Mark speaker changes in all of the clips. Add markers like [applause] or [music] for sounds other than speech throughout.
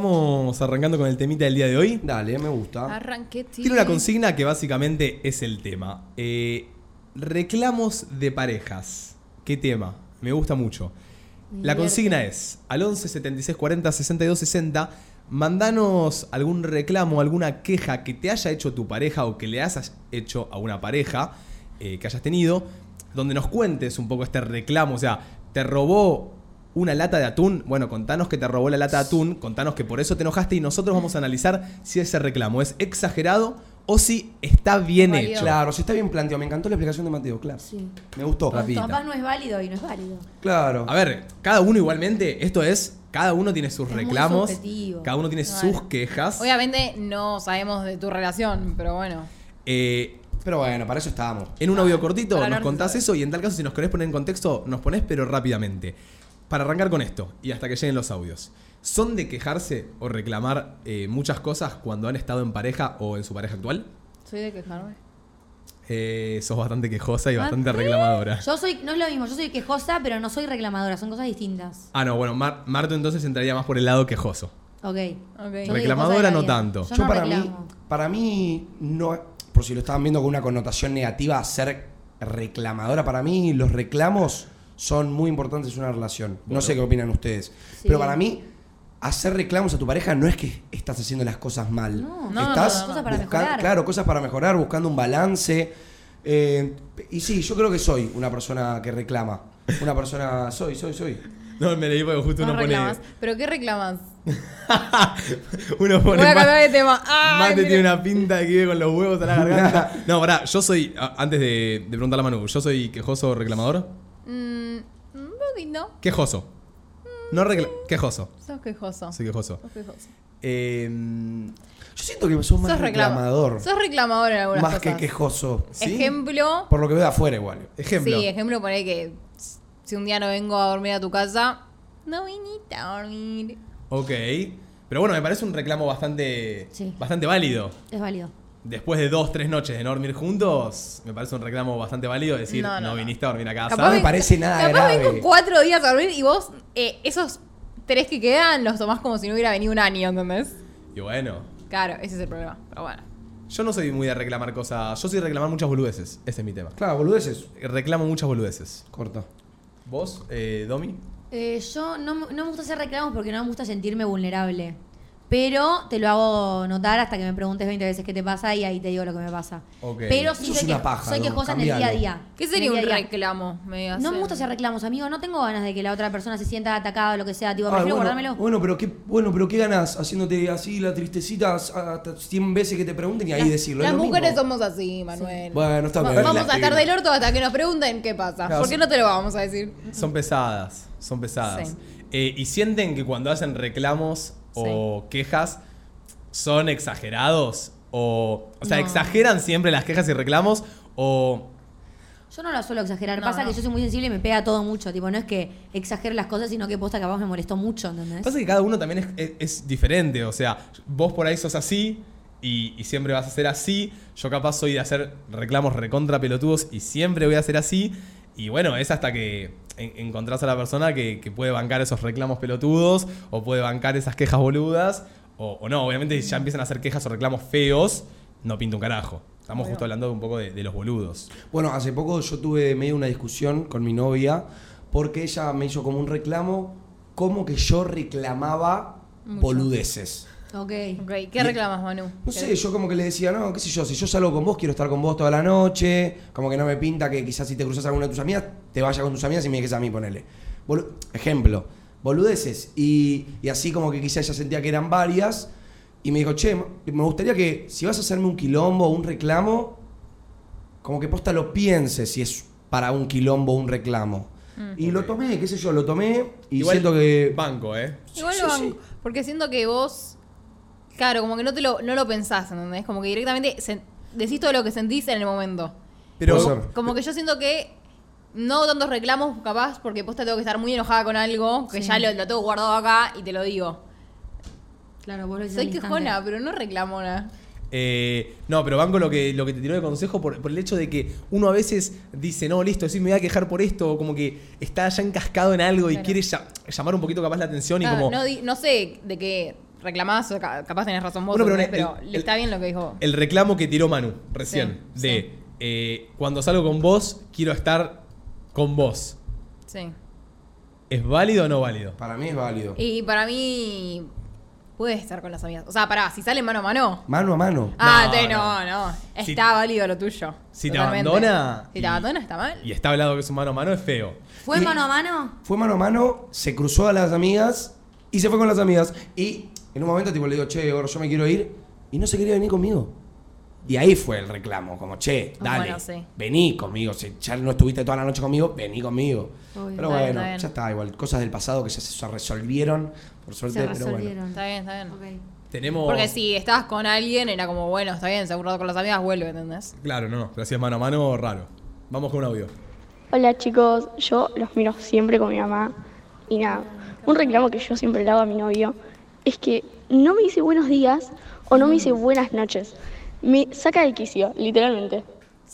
Speaker 1: Vamos arrancando con el temita del día de hoy.
Speaker 2: Dale, me gusta.
Speaker 3: Arranqué, tío.
Speaker 1: Ah. Tiene una consigna que básicamente es el tema. Eh, reclamos de parejas. ¿Qué tema? Me gusta mucho. La
Speaker 3: Mierda.
Speaker 1: consigna es al 11 76 40 62 60. Mandanos algún reclamo, alguna queja que te haya hecho tu pareja o que le hayas hecho a una pareja eh, que hayas tenido, donde nos cuentes un poco este reclamo. O sea, te robó una lata de atún. Bueno, contanos que te robó la lata de atún, contanos que por eso te enojaste y nosotros vamos a analizar si ese reclamo es exagerado o si está bien
Speaker 3: Válido.
Speaker 1: hecho.
Speaker 2: Claro, sí, está bien planteado. Me encantó la explicación de Mateo, claro.
Speaker 3: Sí.
Speaker 2: Me gustó.
Speaker 1: Rapidita.
Speaker 3: Capaz no es válido y no es válido.
Speaker 2: Claro.
Speaker 1: A ver, cada uno igualmente, esto es, cada uno tiene sus
Speaker 3: Es muy
Speaker 1: reclamos,
Speaker 3: subjetivo.
Speaker 1: cada uno tiene
Speaker 3: Claro.
Speaker 1: sus quejas.
Speaker 4: Obviamente no sabemos de tu relación, pero bueno.
Speaker 1: Eh,
Speaker 2: Pero bueno, para eso estábamos.
Speaker 1: en un audio cortito
Speaker 4: para
Speaker 1: nos
Speaker 4: hablar de
Speaker 1: contás
Speaker 4: saber.
Speaker 1: eso y en tal caso si nos querés poner en contexto, nos ponés pero rápidamente. Para arrancar con esto y hasta que lleguen los audios. ¿Son de quejarse o reclamar eh, muchas cosas cuando han estado en pareja o en su pareja actual?
Speaker 4: Soy de quejarme.
Speaker 1: Eh, sos bastante quejosa y bastante reclamadora.
Speaker 3: Yo soy, no es lo mismo, yo soy quejosa, pero no soy reclamadora, son cosas distintas.
Speaker 1: Ah, no, bueno, Mar- Marto entonces entraría más por el lado quejoso.
Speaker 3: Ok.
Speaker 4: Ok.
Speaker 3: Yo soy
Speaker 1: Reclamadora
Speaker 3: quejosa de
Speaker 1: no
Speaker 3: nadie.
Speaker 1: tanto.
Speaker 3: Yo,
Speaker 2: Yo
Speaker 3: no
Speaker 2: para
Speaker 3: reclamo.
Speaker 2: mí, para mí, no, por si lo estaban viendo con una connotación negativa, ser reclamadora, para mí los reclamos son muy importantes en una relación. No sé qué opinan ustedes.
Speaker 3: Sí.
Speaker 2: Pero para mí, hacer reclamos a tu pareja no es que estás haciendo las cosas mal.
Speaker 3: No.
Speaker 4: No,
Speaker 2: estás
Speaker 4: no, no, no.
Speaker 3: Cosas para
Speaker 2: busca-
Speaker 3: mejorar.
Speaker 2: Claro, cosas para mejorar, buscando un balance. Eh, y sí, yo creo que soy una persona que reclama. Una persona, soy, soy, soy.
Speaker 1: No, me leí porque justo
Speaker 4: No
Speaker 1: uno pone...
Speaker 4: reclamas. ¿Pero qué reclamas?
Speaker 1: [laughs] uno pone
Speaker 4: Voy a
Speaker 1: más-
Speaker 4: cambiar de tema. Ah, Ay,
Speaker 1: Mate
Speaker 4: mira.
Speaker 1: tiene una pinta de que vive con los huevos a la garganta.
Speaker 4: [laughs]
Speaker 1: No, pará, yo soy. a- Antes de, de preguntarle a Manu, ¿yo soy quejoso o reclamador?
Speaker 4: Mm, un poquito.
Speaker 1: Quejoso. No recla Quejoso.
Speaker 4: Sos quejoso.
Speaker 1: Soy quejoso.
Speaker 4: Sos quejoso.
Speaker 1: Eh,
Speaker 2: Em, Yo siento que sos más
Speaker 4: Sos reclama-
Speaker 2: reclamador.
Speaker 4: Sos reclamador en
Speaker 2: Más
Speaker 4: algunas
Speaker 2: que
Speaker 4: cosas.
Speaker 2: quejoso.
Speaker 1: ¿Sí?
Speaker 4: Ejemplo.
Speaker 2: Por lo que veo de afuera igual.
Speaker 1: ejemplo.
Speaker 4: Sí, ejemplo, poné que si un día no vengo a dormir a tu casa, no viniste a dormir.
Speaker 1: ok. Pero bueno, me parece un reclamo bastante,
Speaker 3: Sí.
Speaker 1: bastante válido.
Speaker 3: Es válido.
Speaker 1: Después de dos, tres noches de no dormir juntos, me parece un reclamo bastante válido decir, no,
Speaker 4: No, no, no.
Speaker 1: viniste a dormir a casa.
Speaker 2: me
Speaker 4: ven-
Speaker 2: parece nada
Speaker 4: capaz
Speaker 2: Ah, grave.
Speaker 4: vengo cuatro días a dormir y vos eh, esos tres que quedan los tomás como si no hubiera venido un año, ¿entendés?
Speaker 1: Y bueno,
Speaker 4: Claro, ese es el problema. Pero bueno.
Speaker 1: yo no soy muy de reclamar cosas. Yo soy de reclamar muchas boludeces. Ese es mi tema.
Speaker 2: Claro, boludeces.
Speaker 1: Reclamo muchas boludeces.
Speaker 2: Corto.
Speaker 1: ¿Vos, eh, Domi?
Speaker 3: Eh, yo no, me- no me gusta hacer reclamos porque no me gusta sentirme vulnerable. Pero te lo hago notar hasta que me preguntes 20 veces qué te pasa y ahí te digo lo que me pasa.
Speaker 1: Ok.
Speaker 3: Pero sí
Speaker 2: Eso
Speaker 3: soy,
Speaker 2: es una
Speaker 3: que-
Speaker 2: paja,
Speaker 3: soy
Speaker 2: ¿no?
Speaker 3: quejosa en el día a
Speaker 2: Cambialo.
Speaker 3: día.
Speaker 4: ¿Qué
Speaker 3: En
Speaker 4: sería
Speaker 3: el
Speaker 4: un
Speaker 3: día a día.
Speaker 4: reclamo? Me
Speaker 3: No me gusta hacer reclamos, amigo. No tengo ganas de que la otra persona se sienta atacada o lo que sea. Tipo,
Speaker 2: Ay,
Speaker 3: prefiero
Speaker 2: Ah, bueno,
Speaker 3: guardármelo.
Speaker 2: bueno, pero qué, bueno, pero qué ganas haciéndote así la tristecita hasta 100 veces que te pregunten y ahí decirlo. es
Speaker 4: Las
Speaker 2: lo
Speaker 4: mujeres
Speaker 2: mismo.
Speaker 4: somos así, Manuel.
Speaker 2: Bueno, está
Speaker 4: Va-
Speaker 2: bien.
Speaker 4: Vamos
Speaker 2: La
Speaker 4: a estar
Speaker 2: piba.
Speaker 4: del orto hasta que nos pregunten qué pasa.
Speaker 2: Claro,
Speaker 4: ¿Por
Speaker 2: sí.
Speaker 4: qué no te lo vamos a decir?
Speaker 1: Son pesadas, son pesadas.
Speaker 4: Sí.
Speaker 1: Eh, y sienten que cuando hacen reclamos o quejas son exagerados o... O sea,
Speaker 3: No.
Speaker 1: exageran siempre las quejas y reclamos o...
Speaker 3: Yo no lo suelo exagerar.
Speaker 4: No,
Speaker 3: Pasa
Speaker 4: no.
Speaker 3: que yo soy muy sensible y me pega todo mucho. Tipo, no es que exagero las cosas, sino que posta que a vos me molestó mucho, ¿entendés?
Speaker 1: Pasa que cada uno también es, es- es diferente, o sea, vos por ahí sos así y, y siempre vas a ser así, yo capaz soy de hacer reclamos recontra pelotudos y siempre voy a ser así, y bueno, es hasta que en- encontrás a la persona que, que puede bancar esos reclamos pelotudos o puede bancar esas quejas boludas, o, o no, obviamente si ya empiezan a hacer quejas o reclamos feos, no pinta un carajo. Estamos justo hablando un poco de, de los boludos.
Speaker 2: Bueno, hace poco yo tuve medio una discusión con mi novia porque ella me hizo como un reclamo, como que yo reclamaba boludeces.
Speaker 3: Ok.
Speaker 4: Ok, ¿qué reclamas, Manu?
Speaker 2: No
Speaker 4: ¿Qué-
Speaker 1: Eh.
Speaker 2: sé, yo como que le decía, no, qué sé yo, si yo salgo con vos, quiero estar con vos toda la noche, como que no me pinta que quizás si te cruzas a alguna de tus amigas, te vaya con tus amigas y me dejes a mí, ponele. Bolu- Ejemplo, boludeces. Y, y así como que quizás ella sentía que eran varias, y me dijo, che, me gustaría que si vas a hacerme un quilombo o un reclamo, como que posta lo pienses si es para un quilombo o un reclamo. Y lo tomé, qué sé yo, lo tomé y
Speaker 1: Mm. Igual
Speaker 2: siento que...
Speaker 1: Banco, ¿eh?
Speaker 4: Igual
Speaker 2: Sí,
Speaker 4: lo
Speaker 2: sí,
Speaker 4: banco, Porque siento que vos. Claro, como que no te lo, no lo pensás, ¿entendés? Como que directamente sen- decís todo lo que sentís en el momento.
Speaker 1: Pero,
Speaker 2: Puede ser.
Speaker 4: Como que yo siento que no tantos reclamos, capaz, porque posta tengo que estar muy enojada con algo, que
Speaker 3: Sí.
Speaker 4: ya lo, lo tengo guardado acá y te lo digo.
Speaker 3: Claro, vos lo decís
Speaker 4: Soy
Speaker 3: al instante.
Speaker 4: quejona, pero no reclamona.
Speaker 1: Eh, no, pero banco lo que, lo que te tiró de consejo por, por el hecho de que uno a veces dice, no, listo, sí, me voy a quejar por esto, o como que está ya encascado en algo y
Speaker 4: Claro. Ah,
Speaker 1: quiere ya- llamar un poquito capaz la atención y
Speaker 4: Claro,
Speaker 1: como...
Speaker 4: no, di- no sé de qué reclamás, o ca- capaz tenés razón vos,
Speaker 1: Bueno, pero
Speaker 4: ¿entendés?
Speaker 1: el-
Speaker 4: pero,
Speaker 1: el-
Speaker 4: le está bien lo que dijo vos.
Speaker 1: El reclamo que tiró Manu recién,
Speaker 4: Sí,
Speaker 1: de
Speaker 4: sí.
Speaker 1: eh, cuando salgo con vos, quiero estar con vos.
Speaker 4: Sí.
Speaker 1: ¿Es válido o no válido?
Speaker 2: Para mí es válido.
Speaker 4: Y para mí puede estar con las amigas. O sea, pará, si sale mano a mano.
Speaker 2: Mano a mano.
Speaker 4: Ah,
Speaker 1: No,
Speaker 4: te-
Speaker 1: no.
Speaker 4: no, no. Está
Speaker 1: Si-
Speaker 4: válido lo tuyo.
Speaker 1: si te
Speaker 4: Totalmente.
Speaker 1: abandona
Speaker 4: Si
Speaker 1: y-
Speaker 4: te abandona, está mal.
Speaker 1: Y está hablado que es un mano a mano, es feo.
Speaker 3: ¿Fue
Speaker 2: Y-
Speaker 3: mano a mano?
Speaker 2: Fue mano a mano, se cruzó a las amigas y se fue con las amigas. Y en un momento, tipo, le digo, che, gordo, yo me quiero ir. Y no se quería venir conmigo. Y ahí fue el reclamo, como, che,
Speaker 4: Ah,
Speaker 2: dale,
Speaker 4: bueno, sí.
Speaker 2: vení conmigo. Si ya no estuviste toda la noche conmigo, vení conmigo.
Speaker 3: Obvio.
Speaker 4: Está bien,
Speaker 2: pero bueno,
Speaker 4: está bien.
Speaker 2: ya está, igual. Cosas del pasado que ya se resolvieron, por suerte,
Speaker 3: Se
Speaker 2: pero bueno.
Speaker 3: resolvieron.
Speaker 4: Está bien, está bien.
Speaker 1: Tenemos.
Speaker 4: Porque si estabas con alguien, era como, bueno, está bien, se ha currado con las amigas, vuelve, ¿entendés?
Speaker 1: Claro, no, no. Gracias mano a mano, raro. Vamos con un audio.
Speaker 5: Hola chicos, yo los miro siempre con mi mamá y nada, un reclamo que yo siempre le hago a mi novio es que no me dice buenos días o no me dice buenas noches. Me saca del quicio, literalmente.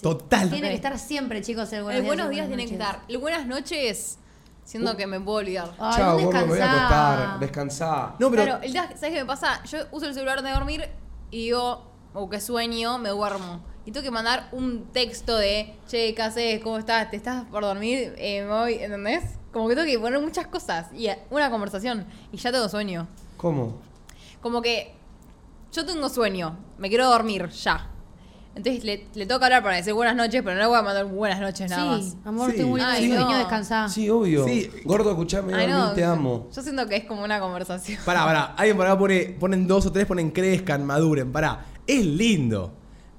Speaker 1: Total.
Speaker 3: Tiene que
Speaker 4: Ok.
Speaker 3: estar siempre, chicos, el buenos
Speaker 4: El
Speaker 3: días.
Speaker 4: Eh, buenos
Speaker 3: el
Speaker 4: días tiene
Speaker 3: buenas
Speaker 4: que estar.
Speaker 3: noches. Uh.
Speaker 4: El buenas noches, siendo que me puedo olvidar.
Speaker 3: Ay,
Speaker 2: Chao,
Speaker 3: un
Speaker 2: gordo, me voy a acostar,
Speaker 3: descansá.
Speaker 2: descansá.
Speaker 1: No, pero.
Speaker 4: claro, eh, el día- ¿sabes qué me pasa? Yo uso el celular de dormir y digo, oh, qué sueño, me duermo. Y tengo que mandar un texto de, che, ¿qué haces? ¿Cómo estás? ¿Te estás por dormir? Eh, me voy, ¿entendés? Como que tengo que poner muchas cosas y eh, una conversación y ya tengo sueño.
Speaker 2: ¿Cómo?
Speaker 4: Como que yo tengo sueño, me quiero dormir ya. Entonces le, le toca hablar para decir buenas noches, pero no le voy a mandar buenas noches nada
Speaker 3: Sí,
Speaker 4: más.
Speaker 3: amor,
Speaker 2: Sí.
Speaker 3: tengo un
Speaker 4: Ay,
Speaker 3: sueño,
Speaker 4: no.
Speaker 3: descansá.
Speaker 2: Sí, obvio.
Speaker 1: Sí.
Speaker 2: Gordo, escuchame,
Speaker 4: Ay,
Speaker 2: dormí,
Speaker 4: no,
Speaker 2: te amo.
Speaker 4: Yo siento que es como una conversación.
Speaker 1: Pará, pará. Alguien por acá pone, ponen dos o tres, ponen crezcan, maduren. Pará. Es lindo.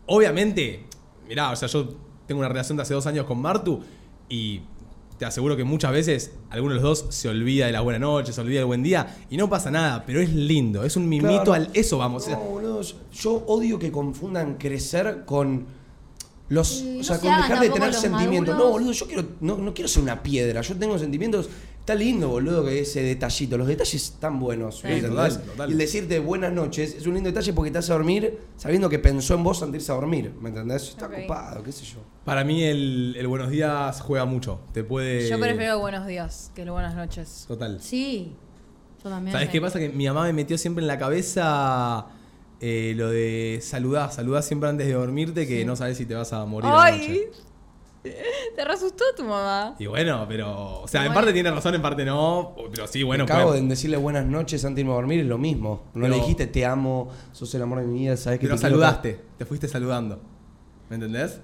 Speaker 1: Obviamente, mirá, o sea, yo tengo una relación de hace dos años con Martu y te aseguro que muchas veces alguno de los dos se olvida de la buena noche, se olvida del buen día y no pasa nada, pero es lindo. Es un mimito
Speaker 2: Claro.
Speaker 1: al. Eso vamos.
Speaker 2: No, boludo, yo- yo odio que confundan crecer con los.
Speaker 3: Y
Speaker 2: o
Speaker 3: no
Speaker 2: sea,
Speaker 3: se
Speaker 2: con
Speaker 3: hagan
Speaker 2: dejar de
Speaker 3: tampoco
Speaker 2: tener
Speaker 3: los
Speaker 2: sentimientos. No,
Speaker 3: maduros.
Speaker 2: boludo, yo quiero, no, no quiero ser una piedra. Yo tengo sentimientos. Está lindo, boludo, que ese detallito. Los detalles están buenos. ¿me
Speaker 1: total,
Speaker 2: entendés?
Speaker 1: total.
Speaker 2: Y el decirte buenas noches es un lindo detalle porque te hace dormir sabiendo que pensó en vos antes de irse a dormir. ¿Me entendés? Está
Speaker 4: Ok.
Speaker 2: ocupado, qué sé yo.
Speaker 1: Para mí, el, el buenos días juega mucho. Te puede.
Speaker 4: Yo prefiero buenos días que el buenas noches.
Speaker 1: Total.
Speaker 3: Sí. Yo también.
Speaker 1: ¿Sabes qué pasa? Que mi mamá me metió siempre en la cabeza eh, lo de saludar, saludar siempre antes de dormirte, que no sabes si te vas a morir. a la
Speaker 4: ¡Ay!
Speaker 1: noche.
Speaker 4: [laughs] Te reasustó tu mamá.
Speaker 1: Y bueno, pero. O sea, en
Speaker 4: Igual-
Speaker 1: parte tiene razón, en parte no. Pero sí, bueno,
Speaker 2: Me cago
Speaker 1: puede-
Speaker 2: en decirle buenas noches antes de irme a dormir es lo mismo. No
Speaker 1: pues, Pero-
Speaker 2: le dijiste te amo, sos el amor de mi vida, sabes que
Speaker 1: Pero
Speaker 2: te quiero.
Speaker 1: saludaste, te fuiste saludando. ¿Me entendés?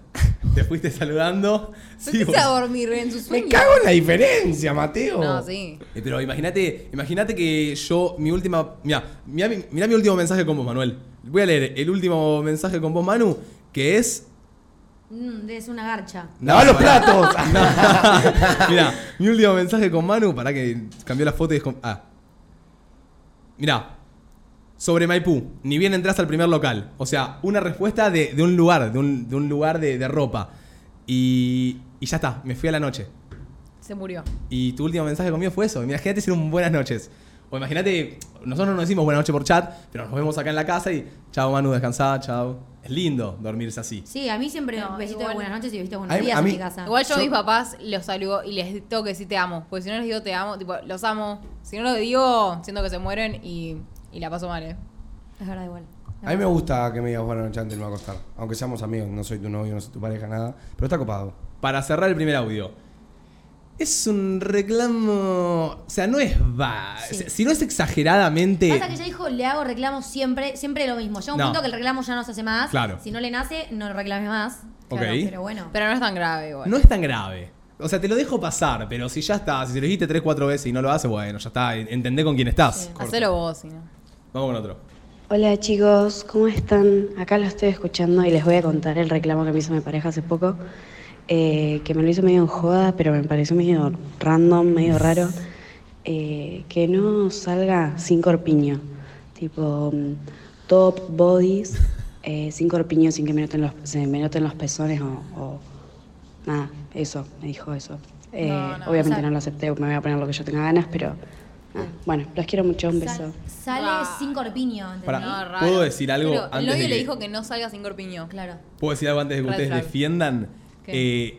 Speaker 1: te fuiste saludando. [laughs]
Speaker 4: Se
Speaker 1: sí,
Speaker 4: [laughs] fuiste a
Speaker 1: vos-
Speaker 4: dormir en sus
Speaker 2: Me
Speaker 4: sueños.
Speaker 2: cago en la diferencia, Mateo.
Speaker 4: No, sí.
Speaker 1: Eh, Pero imagínate, imagínate que yo, mi última. Mira, mira, mi último mensaje con vos, Manuel. Voy a leer el último mensaje con vos, Manu, que es.
Speaker 3: Mm, es una garcha.
Speaker 2: Lava los
Speaker 3: [laughs]
Speaker 2: platos.
Speaker 1: [laughs] Mira, mi último mensaje con Manu, para que cambió la foto y es con- Ah. Mira, sobre Maipú, ni bien entras al primer local. O sea, una respuesta de, de un lugar, de un, de un lugar de, de ropa. Y, y ya está, me fui a la noche.
Speaker 4: Se murió.
Speaker 1: Y tu último mensaje conmigo fue eso. Imagínate si era un buenas noches. O imagínate, nosotros no nos decimos buenas noches por chat, pero nos vemos acá en la casa y chao Manu, descansá, chao. Es lindo dormirse así.
Speaker 3: Sí, a mí siempre
Speaker 4: No,
Speaker 3: besito
Speaker 4: igual-
Speaker 3: de buenas noches y besito de
Speaker 2: A
Speaker 3: buenos
Speaker 2: mí-
Speaker 3: días
Speaker 2: a
Speaker 3: en
Speaker 2: mí-
Speaker 3: mi casa.
Speaker 4: Igual yo a mis papás los saludo y les tengo que decir te amo. Porque si no les digo te amo, tipo, los amo. Si no los digo, siento que se mueren y, y la paso mal, ¿eh?
Speaker 3: Es verdad, igual.
Speaker 2: A mí me gusta que me digas buenas noches antes de irme a acostar. Aunque seamos amigos, no soy tu novio, no soy tu pareja, nada. Pero está copado.
Speaker 1: Para cerrar el primer audio. Es un reclamo. O sea, no es va.
Speaker 3: Sí.
Speaker 1: o sea, Si no es exageradamente.
Speaker 3: Pasa que ya dijo, le hago reclamos siempre, siempre lo mismo. Llega un
Speaker 1: No.
Speaker 3: punto que el reclamo ya no se hace más.
Speaker 1: Claro.
Speaker 3: Si no le nace, no le reclames más. Claro,
Speaker 1: Ok.
Speaker 3: pero bueno.
Speaker 4: Pero no es tan grave igual.
Speaker 1: No es tan grave. O sea, te lo dejo pasar, pero si ya está, si te lo dijiste tres, cuatro veces y no lo haces, bueno, ya está. Entendé con quién estás. Corto.
Speaker 4: Hacelo vos, si no.
Speaker 1: Vamos con otro.
Speaker 6: Hola chicos, ¿cómo están? Acá lo estoy escuchando y les voy a contar el reclamo que me hizo mi pareja hace poco, eh, que me lo hizo medio en joda, pero me pareció medio random, medio raro, eh, que no salga sin corpiño, tipo mm, top, bodies, eh, sin corpiño, sin que me noten los, se me noten los pezones o, o nada, eso, me dijo eso. Eh,
Speaker 4: No, no,
Speaker 6: obviamente
Speaker 3: o sea-
Speaker 6: no lo acepté, me voy a poner lo que yo tenga ganas, pero nada, bueno, los quiero mucho, un beso.
Speaker 3: Sal- sale
Speaker 4: Ah.
Speaker 3: sin corpiño, ¿entendés?
Speaker 1: Pará.
Speaker 4: No, raro.
Speaker 1: Ah, ¿Puedo decir algo
Speaker 4: Pero
Speaker 1: antes
Speaker 4: El novio
Speaker 1: de
Speaker 4: le
Speaker 1: que-
Speaker 4: dijo que no salga sin corpiño.
Speaker 3: Claro.
Speaker 1: ¿Puedo decir algo antes de que
Speaker 4: Red
Speaker 1: ustedes
Speaker 4: flag.
Speaker 1: defiendan?
Speaker 4: ¿Qué?
Speaker 1: Eh,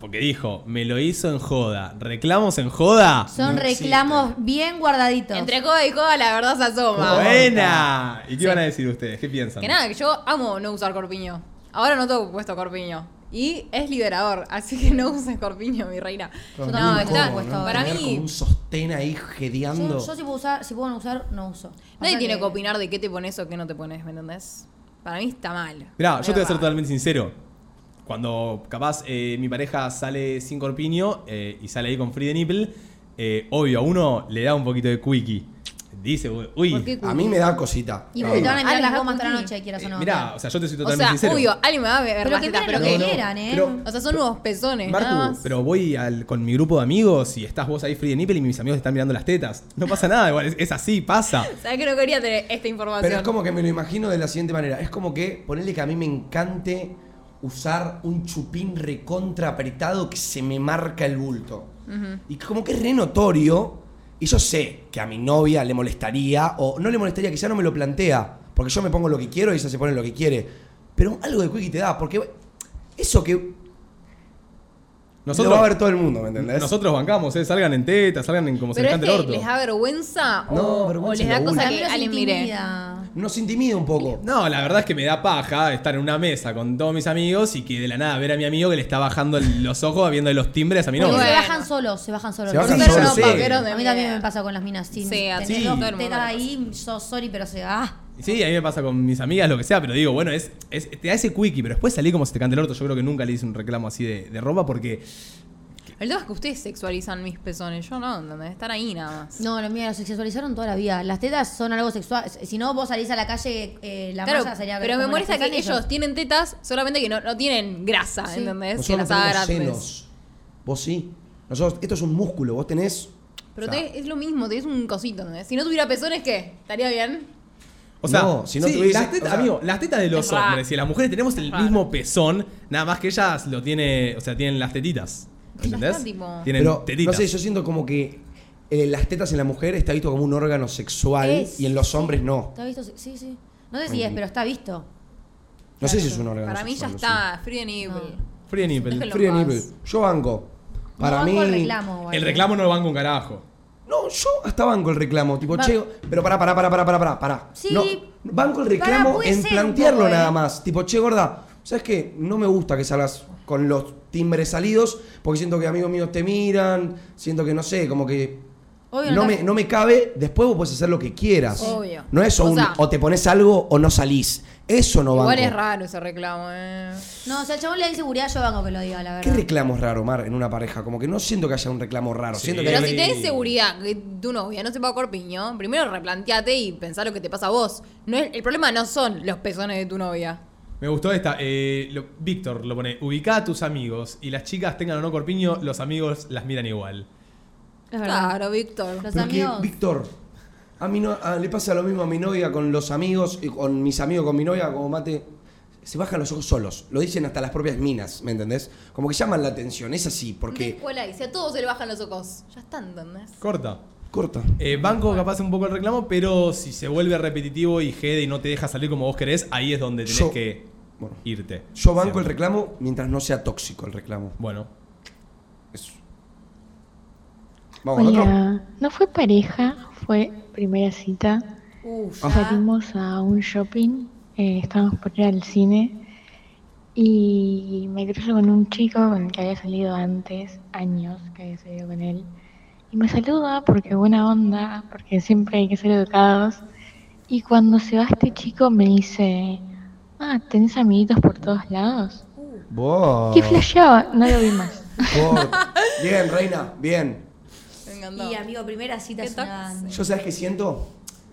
Speaker 1: Porque dijo, me lo hizo en joda. ¿Reclamos en joda?
Speaker 3: Son
Speaker 2: No existe.
Speaker 3: reclamos bien guardaditos.
Speaker 4: Entre coda y coda la verdad se asoma.
Speaker 1: eh. ¡Buena! ¿Y qué
Speaker 4: Sí.
Speaker 1: van a decir ustedes? ¿Qué piensan?
Speaker 4: Que nada, que yo amo no usar corpiño. Ahora no tengo puesto corpiño. Y es liberador, así que no uses corpiño, mi reina.
Speaker 3: Yo
Speaker 4: no,
Speaker 3: tampoco
Speaker 4: está. pues,
Speaker 3: tengo puesto ahora.
Speaker 4: Para
Speaker 2: Tener como
Speaker 4: mí,
Speaker 2: un sostén ahí
Speaker 3: yo,
Speaker 2: gedeando.
Speaker 3: yo si puedo usar, si puedo no usar, no uso.
Speaker 4: nadie
Speaker 3: Pasa
Speaker 4: tiene
Speaker 3: que-
Speaker 4: que opinar de qué te pones o qué no te pones, ¿me entendés? Para mí está mal.
Speaker 1: Mirá, yo te voy a ser
Speaker 4: Verdad.
Speaker 1: totalmente sincero. Cuando capaz eh, mi pareja sale sin corpiño eh, y sale ahí con free de nipple, eh, obvio, a uno le da un poquito de quickie. Dice,
Speaker 4: ¿Por qué
Speaker 1: uy.
Speaker 2: A mí me da cosita.
Speaker 3: Y
Speaker 2: No,
Speaker 3: porque te van a
Speaker 4: Ah,
Speaker 3: mirar
Speaker 4: les
Speaker 3: las
Speaker 4: da
Speaker 3: gomas toda la
Speaker 4: cookie.
Speaker 3: noche, quieras o no.
Speaker 1: Eh, Mirá, o sea, yo te soy
Speaker 4: O
Speaker 1: totalmente
Speaker 4: sea,
Speaker 1: sincero.
Speaker 4: obvio, alguien me va a ver
Speaker 3: Pero
Speaker 4: las
Speaker 3: que
Speaker 4: tetas,
Speaker 3: miren
Speaker 4: pero
Speaker 3: lo
Speaker 4: que
Speaker 3: que
Speaker 1: no, no,
Speaker 3: quieran, ¿eh?
Speaker 1: pero-
Speaker 4: O sea, son nuevos pezones, nada
Speaker 1: Martu,
Speaker 4: más.
Speaker 1: Uh, pero voy al- con mi grupo de amigos y estás vos ahí free de nipple y mis amigos te están mirando las tetas. No pasa nada, igual, es, es así, pasa.
Speaker 4: Sabes que [laughs] no quería tener esta información.
Speaker 2: Pero es como que me lo imagino de la siguiente manera. Es como que, ponerle que a mí me encante usar un chupín recontra apretado que se me marca el bulto. Y como que es re notorio. Y yo sé que a mi novia le molestaría, o no le molestaría, quizá no me lo plantea. Porque yo me pongo lo que quiero y ella se pone lo que quiere. Pero algo de quickie te da, porque eso que
Speaker 1: Nosotros,
Speaker 2: lo va a ver todo el mundo, ¿me entendés?
Speaker 1: nosotros bancamos, ¿eh? salgan en tetas, salgan en como se
Speaker 4: Pero
Speaker 1: les
Speaker 4: es
Speaker 1: cante el
Speaker 4: que
Speaker 1: orto.
Speaker 4: les da vergüenza o-
Speaker 2: No,
Speaker 4: o,
Speaker 2: vergüenza
Speaker 4: les
Speaker 2: es
Speaker 4: da
Speaker 2: lo
Speaker 4: cosa
Speaker 2: único.
Speaker 4: que
Speaker 3: Para mí
Speaker 4: alguien
Speaker 3: los
Speaker 4: mire.
Speaker 3: intimida.
Speaker 2: Nos intimida un poco.
Speaker 1: No, la verdad es que me da paja estar en una mesa con todos mis amigos y que de la nada ver a mi amigo que le está bajando el- los ojos viendo los timbres a mi
Speaker 3: Porque
Speaker 1: novia.
Speaker 3: se
Speaker 4: bueno.
Speaker 3: bajan solos, se bajan solos.
Speaker 2: Se
Speaker 3: los
Speaker 2: bajan
Speaker 3: hombres.
Speaker 2: solos,
Speaker 4: no,
Speaker 2: sí.
Speaker 4: paqueros de
Speaker 3: A mí también
Speaker 4: mierda.
Speaker 3: me pasa con las minas. Si
Speaker 4: Sí, así
Speaker 1: sí.
Speaker 3: tenés
Speaker 1: todo
Speaker 3: dos
Speaker 1: el
Speaker 4: mundo
Speaker 3: tetas
Speaker 4: le
Speaker 3: ahí, yo sorry, pero se ah.
Speaker 1: Sí, a mí me pasa con mis amigas, lo que sea, pero digo, bueno, es, es- te da ese quickie, pero después salí como se te cante el orto. Yo creo que nunca le hice un reclamo así de, de ropa porque
Speaker 4: El tema es que ustedes sexualizan mis pezones, yo no, ¿entendés? Están ahí nada más.
Speaker 3: No, lo mío, los sexualizaron toda la vida. Las tetas son algo sexual. Si no, vos salís a la calle, eh, la
Speaker 4: claro,
Speaker 3: masa sería
Speaker 4: pero
Speaker 3: como
Speaker 4: me
Speaker 3: las
Speaker 4: molesta que
Speaker 3: usan
Speaker 4: ellos. tienen tetas, solamente que no, no tienen grasa,
Speaker 3: Sí.
Speaker 4: ¿entendés? Que
Speaker 2: Nosotros no
Speaker 4: las
Speaker 2: tenemos
Speaker 4: haga grandes.
Speaker 2: senos. Vos sí. Nosotros, esto es un músculo, vos tenés.
Speaker 4: Pero
Speaker 2: O sea,
Speaker 4: te- es lo mismo, tenés un cosito, ¿entendés? Si no tuviera pezones, ¿qué? ¿Estaría bien?
Speaker 1: O sea,
Speaker 2: No, si no
Speaker 1: sí,
Speaker 2: tuviese-
Speaker 1: las tetas,
Speaker 2: o sea,
Speaker 1: amigo, las tetas de los
Speaker 4: es raro.
Speaker 1: hombres y las mujeres tenemos el
Speaker 4: Es raro.
Speaker 1: mismo pezón, nada más que ellas lo tiene, o sea, tienen las tetitas. ¿Entendés?
Speaker 4: está, tipo-
Speaker 1: Tienen
Speaker 2: Pero, no
Speaker 1: tetitas.
Speaker 2: sé, yo siento como que eh, las tetas en la mujer está visto como un órgano sexual
Speaker 3: Es.
Speaker 2: y en los hombres no.
Speaker 3: ¿Está visto? Sí, sí. No sé si es, pero está visto.
Speaker 2: No sé si es un órgano
Speaker 4: Para mí ya
Speaker 2: sexual,
Speaker 4: está, free and evil.
Speaker 3: No.
Speaker 1: Free and nipple.
Speaker 4: Déjenlo.
Speaker 2: sí. Frío
Speaker 4: Lo más.
Speaker 2: nivel. Yo banco. Para
Speaker 3: no
Speaker 2: mí.
Speaker 3: banco el reclamo. igual,
Speaker 1: El
Speaker 3: ¿eh?
Speaker 1: reclamo no lo van con carajo.
Speaker 2: No, yo hasta banco el reclamo. Tipo,
Speaker 3: Va-
Speaker 2: che, pero pará, pará, pará, pará, pará, pará, pará.
Speaker 3: Sí.
Speaker 2: No, banco el
Speaker 3: Pará,
Speaker 2: reclamo
Speaker 3: puede
Speaker 2: en
Speaker 3: ser un
Speaker 2: plantearlo
Speaker 3: poco,
Speaker 2: nada
Speaker 3: eh.
Speaker 2: más. Tipo, che, gorda, ¿sabes qué? No me gusta que salgas con los timbres salidos porque siento que amigos míos te miran, siento que no sé, como que.
Speaker 3: Obvio,
Speaker 2: no,
Speaker 3: no
Speaker 2: me,
Speaker 3: te-
Speaker 2: no me cabe, después vos puedes hacer lo que quieras.
Speaker 4: Obvio.
Speaker 2: No es
Speaker 4: O
Speaker 2: un,
Speaker 4: sea-
Speaker 2: o te pones algo o no salís. Eso no banco.
Speaker 4: Igual es raro ese reclamo, ¿eh?
Speaker 3: No, o sea, el chabón le da inseguridad, yo banco que lo diga, la
Speaker 2: ¿Qué
Speaker 3: verdad.
Speaker 2: reclamo es raro, Mar, en una pareja? Como que no siento que haya un reclamo raro.
Speaker 1: Sí.
Speaker 2: Siento que
Speaker 4: Pero
Speaker 1: Sí.
Speaker 4: si tenés seguridad que tu novia no sepa corpiño, primero replanteate y pensá lo que te pasa a vos. No es, el problema no son los pezones de tu novia.
Speaker 1: Me gustó esta. eh, lo- Víctor lo pone. Ubica a tus amigos y las chicas tengan o no corpiño, los amigos las miran igual.
Speaker 3: Es verdad.
Speaker 4: Claro, Víctor.
Speaker 3: Los
Speaker 2: Pero que,
Speaker 3: amigos.
Speaker 2: Víctor, a mí no, a- le pasa lo mismo a mi novia con los amigos, y con mis amigos, con mi novia, como mate. Se bajan los ojos solos. Lo dicen hasta las propias minas, ¿me entendés? Como que llaman la atención, es así,
Speaker 4: ¿Qué
Speaker 2: porque.
Speaker 4: escuela hay? Si a todos se le bajan los ojos. Ya están, ¿entendés?
Speaker 1: Corta.
Speaker 2: Corta.
Speaker 1: Eh, banco capaz un poco el reclamo, pero si se vuelve repetitivo y jede y no te deja salir como vos querés, ahí es donde tenés
Speaker 2: Yo-
Speaker 1: que
Speaker 2: Bueno.
Speaker 1: irte.
Speaker 2: Yo banco el
Speaker 1: Siempre.
Speaker 2: reclamo mientras no sea tóxico el reclamo.
Speaker 1: Bueno.
Speaker 2: Eso. Vamos, ¿otro?
Speaker 7: Hola, no fue pareja, fue primera cita.
Speaker 3: Uf,
Speaker 2: Ah.
Speaker 3: ya.
Speaker 7: Salimos a un shopping, eh, estábamos por ir al cine y me cruzo con un chico con el que había salido antes, años que había salido con él. Y me saluda porque buena onda, porque siempre hay que ser educados. Y cuando se va este chico me dice, ah, ¿tenés amiguitos por todos lados?
Speaker 2: Vos.
Speaker 7: Y flasheaba, no lo vi más.
Speaker 2: Vos. Bien, reina, bien.
Speaker 4: Me encantó.
Speaker 3: Y amigo, primera cita
Speaker 4: ¿Qué
Speaker 3: es
Speaker 4: tal?
Speaker 3: una-
Speaker 2: Yo sabes que siento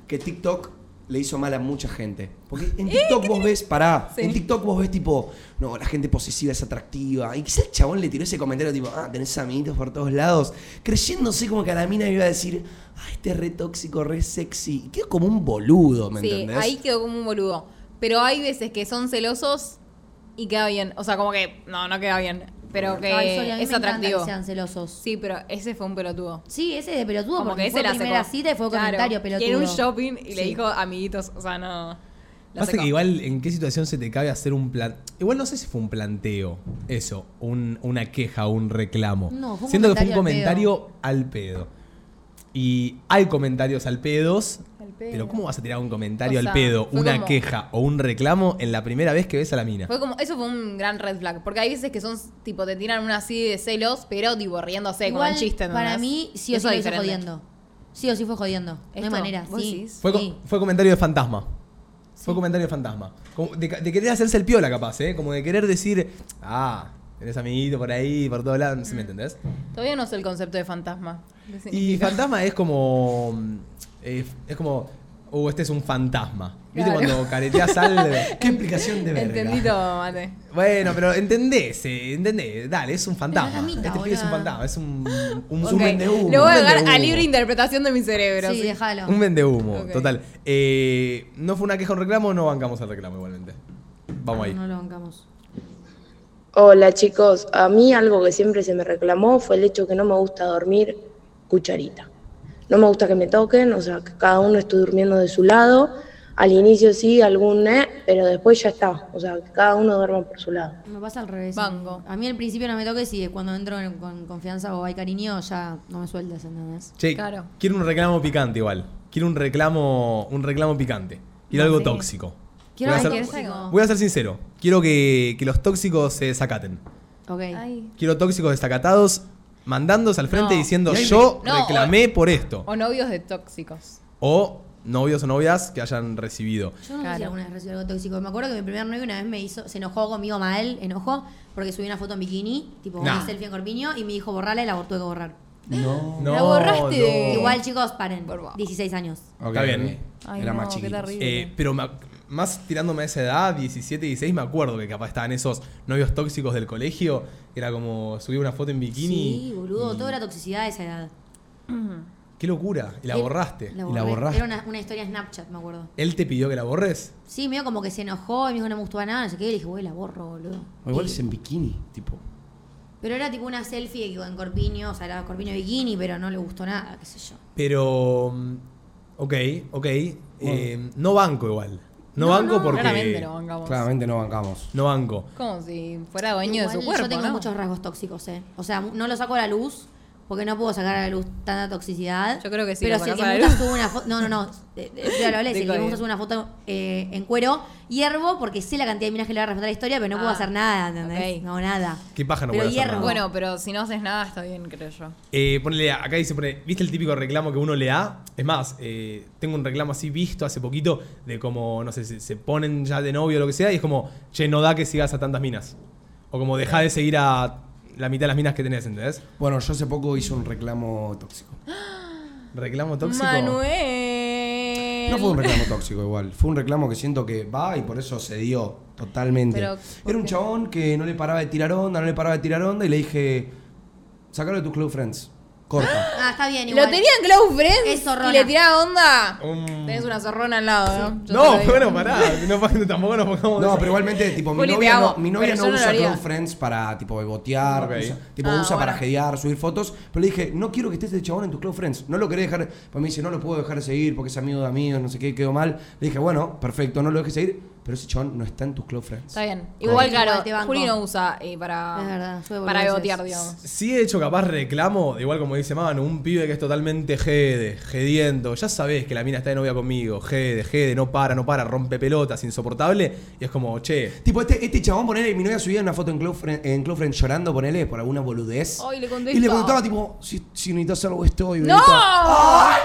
Speaker 2: que TikTok le hizo mal a mucha gente. Porque
Speaker 4: Eh,
Speaker 2: en TikTok vos ves, pará,
Speaker 4: Sí.
Speaker 2: en TikTok vos ves tipo, no, la gente posesiva es atractiva. Y quizá el chabón le tiró ese comentario tipo, ah, tenés amiguitos por todos lados. Creyéndose como que a la mina iba a decir, ah, este es re tóxico, re sexy. Y quedó como un boludo, ¿me
Speaker 4: sí,
Speaker 2: entendés?
Speaker 4: ahí quedó como un boludo. Pero hay veces que son celosos y queda bien. O sea, como que no, no queda bien. Pero que
Speaker 3: Ay, sorry, a mí
Speaker 4: es
Speaker 3: me encanta
Speaker 4: atractivo.
Speaker 3: Que sean celosos. Sí.
Speaker 4: Sí, pero ese fue un pelotudo.
Speaker 3: ese es de pelotudo,
Speaker 4: Como
Speaker 3: porque
Speaker 4: que ese
Speaker 3: fue
Speaker 4: la
Speaker 3: primera
Speaker 4: secó.
Speaker 3: cita y fue
Speaker 4: Claro.
Speaker 3: comentario
Speaker 4: Y
Speaker 3: pelotudo.
Speaker 4: en un shopping y le
Speaker 3: Sí.
Speaker 4: dijo amiguitos, o sea, no. La
Speaker 1: Pasa
Speaker 4: secó.
Speaker 1: que igual en qué situación se te cabe hacer un plan. Igual no sé si fue un planteo, eso, un- una queja, un reclamo.
Speaker 3: No, fue un
Speaker 1: Siento que fue un
Speaker 3: comentario
Speaker 1: comentario al pedo. Y hay comentarios al pedos,
Speaker 4: Al pedo.
Speaker 1: pero ¿cómo vas a tirar un comentario
Speaker 4: O sea,
Speaker 1: al pedo,
Speaker 4: fue
Speaker 1: una
Speaker 4: como-
Speaker 1: queja o un reclamo en la primera vez que ves a la mina?
Speaker 4: Fue como, eso fue un gran red flag. Porque hay veces que son, tipo, te tiran una así de celos, pero tipo riéndose con el chiste. ¿entendés?
Speaker 3: para mí, sí o sí
Speaker 4: Eso
Speaker 3: lo
Speaker 4: es
Speaker 3: hizo
Speaker 4: diferente.
Speaker 3: jodiendo. Sí o sí fue jodiendo. No hay
Speaker 4: ¿Esto?
Speaker 3: manera,
Speaker 4: ¿Vos
Speaker 3: sí.
Speaker 4: decís?
Speaker 1: Fue, co-
Speaker 3: sí.
Speaker 1: fue comentario de fantasma. Fue comentario de fantasma. Como de, ca- de querer hacerse el piola, capaz, ¿eh? Como de querer decir, ah, tenés amiguito por ahí, por todos lados, no sé si me entendés.
Speaker 4: Todavía no sé el concepto de fantasma. ¿Qué
Speaker 1: Y
Speaker 4: significa?
Speaker 1: fantasma es como. mm, eh, es como. Uh, este es un fantasma. ¿Viste
Speaker 4: Claro.
Speaker 1: cuando careteas algo?
Speaker 4: [laughs]
Speaker 2: ¿Qué explicación de verga?
Speaker 4: Entendí todo, mate.
Speaker 1: Bueno, pero entendés, eh, entendés. Dale, es un fantasma.
Speaker 3: Pero la camita,
Speaker 1: este pibe es un
Speaker 3: boluda.
Speaker 1: fantasma, es un. Un,
Speaker 4: Ok,
Speaker 1: un vendehumo.
Speaker 4: Lo voy a
Speaker 1: un
Speaker 4: dejar a
Speaker 1: vendehumo.
Speaker 4: libre interpretación de mi cerebro.
Speaker 3: Sí,
Speaker 4: sí.
Speaker 3: déjalo.
Speaker 1: Un vendehumo,
Speaker 4: Ok.
Speaker 1: total. Eh, no fue una queja o un reclamo, no bancamos al reclamo igualmente. Vamos ahí.
Speaker 3: No lo bancamos.
Speaker 5: Hola chicos, a mí algo que siempre se me reclamó fue el hecho que no me gusta dormir cucharita. No me gusta que me toquen, o sea, que cada uno esté durmiendo de su lado. Al inicio sí, algún eh, pero después ya está. O sea, que cada uno duerma por su lado.
Speaker 3: Me pasa al revés.
Speaker 4: Banco.
Speaker 3: A mí al principio no me toques y cuando entro en- con confianza o hay cariño ya no me sueltas, ¿entendés?
Speaker 1: Che,
Speaker 4: Claro.
Speaker 1: quiero un reclamo picante igual. Quiero un reclamo, un reclamo picante. Quiero algo tóxico.
Speaker 3: Quiero
Speaker 1: voy, a
Speaker 3: algo
Speaker 1: ser,
Speaker 3: tóxico.
Speaker 1: voy a ser sincero. Quiero que, que los tóxicos se desacaten.
Speaker 3: Ok.
Speaker 4: Ay.
Speaker 1: Quiero tóxicos desacatados mandándose al frente
Speaker 4: No.
Speaker 1: diciendo yo
Speaker 4: No,
Speaker 1: reclamé por esto.
Speaker 4: O novios de tóxicos.
Speaker 1: O novios o novias que hayan recibido.
Speaker 3: Yo no sé si
Speaker 4: Claro.
Speaker 3: alguna vez recibí algo tóxico. Me acuerdo que mi primer novio una vez me hizo, se enojó conmigo mal, enojó, porque subí una foto en bikini, tipo
Speaker 1: Nah.
Speaker 3: una selfie en corpiño, y me dijo borrala y la tuve que borrar.
Speaker 2: No.
Speaker 1: No,
Speaker 4: La borraste de-
Speaker 1: no.
Speaker 3: Igual, chicos, paren.
Speaker 4: Por favor.
Speaker 3: 16 años.
Speaker 2: Ok,
Speaker 1: Está bien.
Speaker 2: ok.
Speaker 4: Ay,
Speaker 2: Era
Speaker 4: no,
Speaker 2: más
Speaker 4: qué
Speaker 2: chiquito.
Speaker 4: terrible.
Speaker 1: Eh, pero me ac- más tirándome a esa edad, 17, 16, me acuerdo que capaz estaban esos novios tóxicos del colegio. Era como subir una foto en bikini.
Speaker 3: Sí, boludo,
Speaker 1: y-
Speaker 3: todo era toxicidad a esa edad.
Speaker 1: Qué locura. Y la
Speaker 3: Eh,
Speaker 1: borraste.
Speaker 2: y la
Speaker 3: borré.
Speaker 2: borraste.
Speaker 3: Era una, una historia Snapchat, me acuerdo.
Speaker 1: ¿Él te pidió que la borres?
Speaker 3: Sí, medio como que se enojó y me dijo no me gustaba nada, no sé qué, y le dije, güey, la borro, boludo.
Speaker 2: O igual es en bikini, tipo.
Speaker 3: Pero era tipo una selfie que en corpiño, o sea, era corpiño bikini, pero no le gustó nada, qué sé yo.
Speaker 1: Pero. mm, Ok, ok. eh, no banco igual. No,
Speaker 3: No,
Speaker 1: banco
Speaker 3: no,
Speaker 1: porque.
Speaker 4: Claramente lo bancamos.
Speaker 2: Claramente no bancamos.
Speaker 1: No banco.
Speaker 4: Como si fuera dueño de
Speaker 3: Igual
Speaker 4: su cuerpo.
Speaker 3: Yo tengo
Speaker 4: ¿no?
Speaker 3: muchos rasgos tóxicos, ¿eh? O sea, no lo saco a la luz, porque no puedo sacar a la luz tanta toxicidad.
Speaker 4: Yo creo que sí,
Speaker 3: Pero
Speaker 4: lo
Speaker 3: si el que
Speaker 4: sacás a
Speaker 3: me
Speaker 4: la
Speaker 3: gusta
Speaker 4: luz.
Speaker 3: sube una foto. No, no, no. eh, eh, ya lo hablé. Si el que me
Speaker 4: Digo,
Speaker 3: gusta
Speaker 4: eh.
Speaker 3: sube una foto eh, en cuero, hiervo, porque sé la cantidad de minas que le va a responder la historia, pero no puedo
Speaker 4: Ah,
Speaker 3: hacer nada, ¿entendés?
Speaker 4: ok.
Speaker 3: No, nada.
Speaker 1: Qué paja no
Speaker 3: Pero
Speaker 1: poder hacer
Speaker 3: hierro.
Speaker 2: Ah.
Speaker 1: nada.
Speaker 4: Bueno, pero si no haces nada está bien, creo yo.
Speaker 1: Eh, ponele, acá dice, pone, ¿viste el típico reclamo que uno le da? Es más, eh, tengo un reclamo así visto hace poquito de como, no sé, se, se ponen ya de novio o lo que sea y es como, che, no da que sigas a tantas minas. O como, deja de seguir a la mitad de las minas que tenés, ¿entendés?
Speaker 2: Bueno, yo hace poco hice un reclamo tóxico.
Speaker 1: Reclamo tóxico.
Speaker 4: Manuel.
Speaker 2: No fue un reclamo tóxico igual, fue un reclamo que siento que va y por eso se dio totalmente.
Speaker 4: Pero, ¿por
Speaker 2: Era un
Speaker 4: qué?
Speaker 2: chabón que no le paraba de tirar onda, no le paraba de tirar onda y le dije, sacalo de tus club friends, corta.
Speaker 3: Ah, está bien, igual.
Speaker 4: Lo tenía en Glow Friends
Speaker 3: Es zorrona.
Speaker 4: y le tiraba
Speaker 2: Oh,
Speaker 4: onda.
Speaker 1: Un-
Speaker 4: Tenés una zorrona al lado, ¿no?
Speaker 1: Um,
Speaker 4: Yo
Speaker 1: No,
Speaker 4: te lo
Speaker 1: [laughs]
Speaker 4: digo.
Speaker 1: bueno, pará, no, [laughs] pa- tampoco nos pongamos...
Speaker 2: No, pero igualmente, tipo, mi
Speaker 4: Juli, te
Speaker 2: novia,
Speaker 4: amo,
Speaker 2: no, mi novia
Speaker 4: pero
Speaker 2: no
Speaker 4: yo no lo
Speaker 2: usa
Speaker 4: haría.
Speaker 2: club friends para, tipo, botear,
Speaker 1: Ok.
Speaker 2: usa- tipo,
Speaker 4: Ah,
Speaker 2: usa para
Speaker 4: bueno.
Speaker 2: jedear, subir fotos, pero le dije, no quiero que estés este chabón en tus club friends, no lo querés dejar, pues me dice, no lo puedo dejar de seguir porque es amigo de amigos, no sé qué, quedó mal. Le dije, bueno, perfecto, no lo dejes seguir, pero ese chabón no está en tus club friends.
Speaker 4: Está bien. Igual,
Speaker 3: Igual
Speaker 4: claro,
Speaker 3: te banco.
Speaker 4: Juli no usa eh, para.
Speaker 3: Es verdad, sube
Speaker 4: para
Speaker 3: boludeces.
Speaker 4: bebotear, digamos.
Speaker 1: Sí he hecho capaz reclamo, igual como dice Mano, un pibe que es totalmente jede, jediendo. Ya sabés que la mina está de novia conmigo, jede, jede, no para, no para, rompe pelotas, insoportable. Y es como, che,
Speaker 2: Tipo, este, este chabón, ponele, mi novia subía una foto en Club Friend, en Club Friend llorando, ponele, por alguna boludez.
Speaker 4: Ay, le contestó.
Speaker 2: y le contestaba, tipo, si, si necesitas algo estoy,
Speaker 4: ¡No!
Speaker 2: bebita.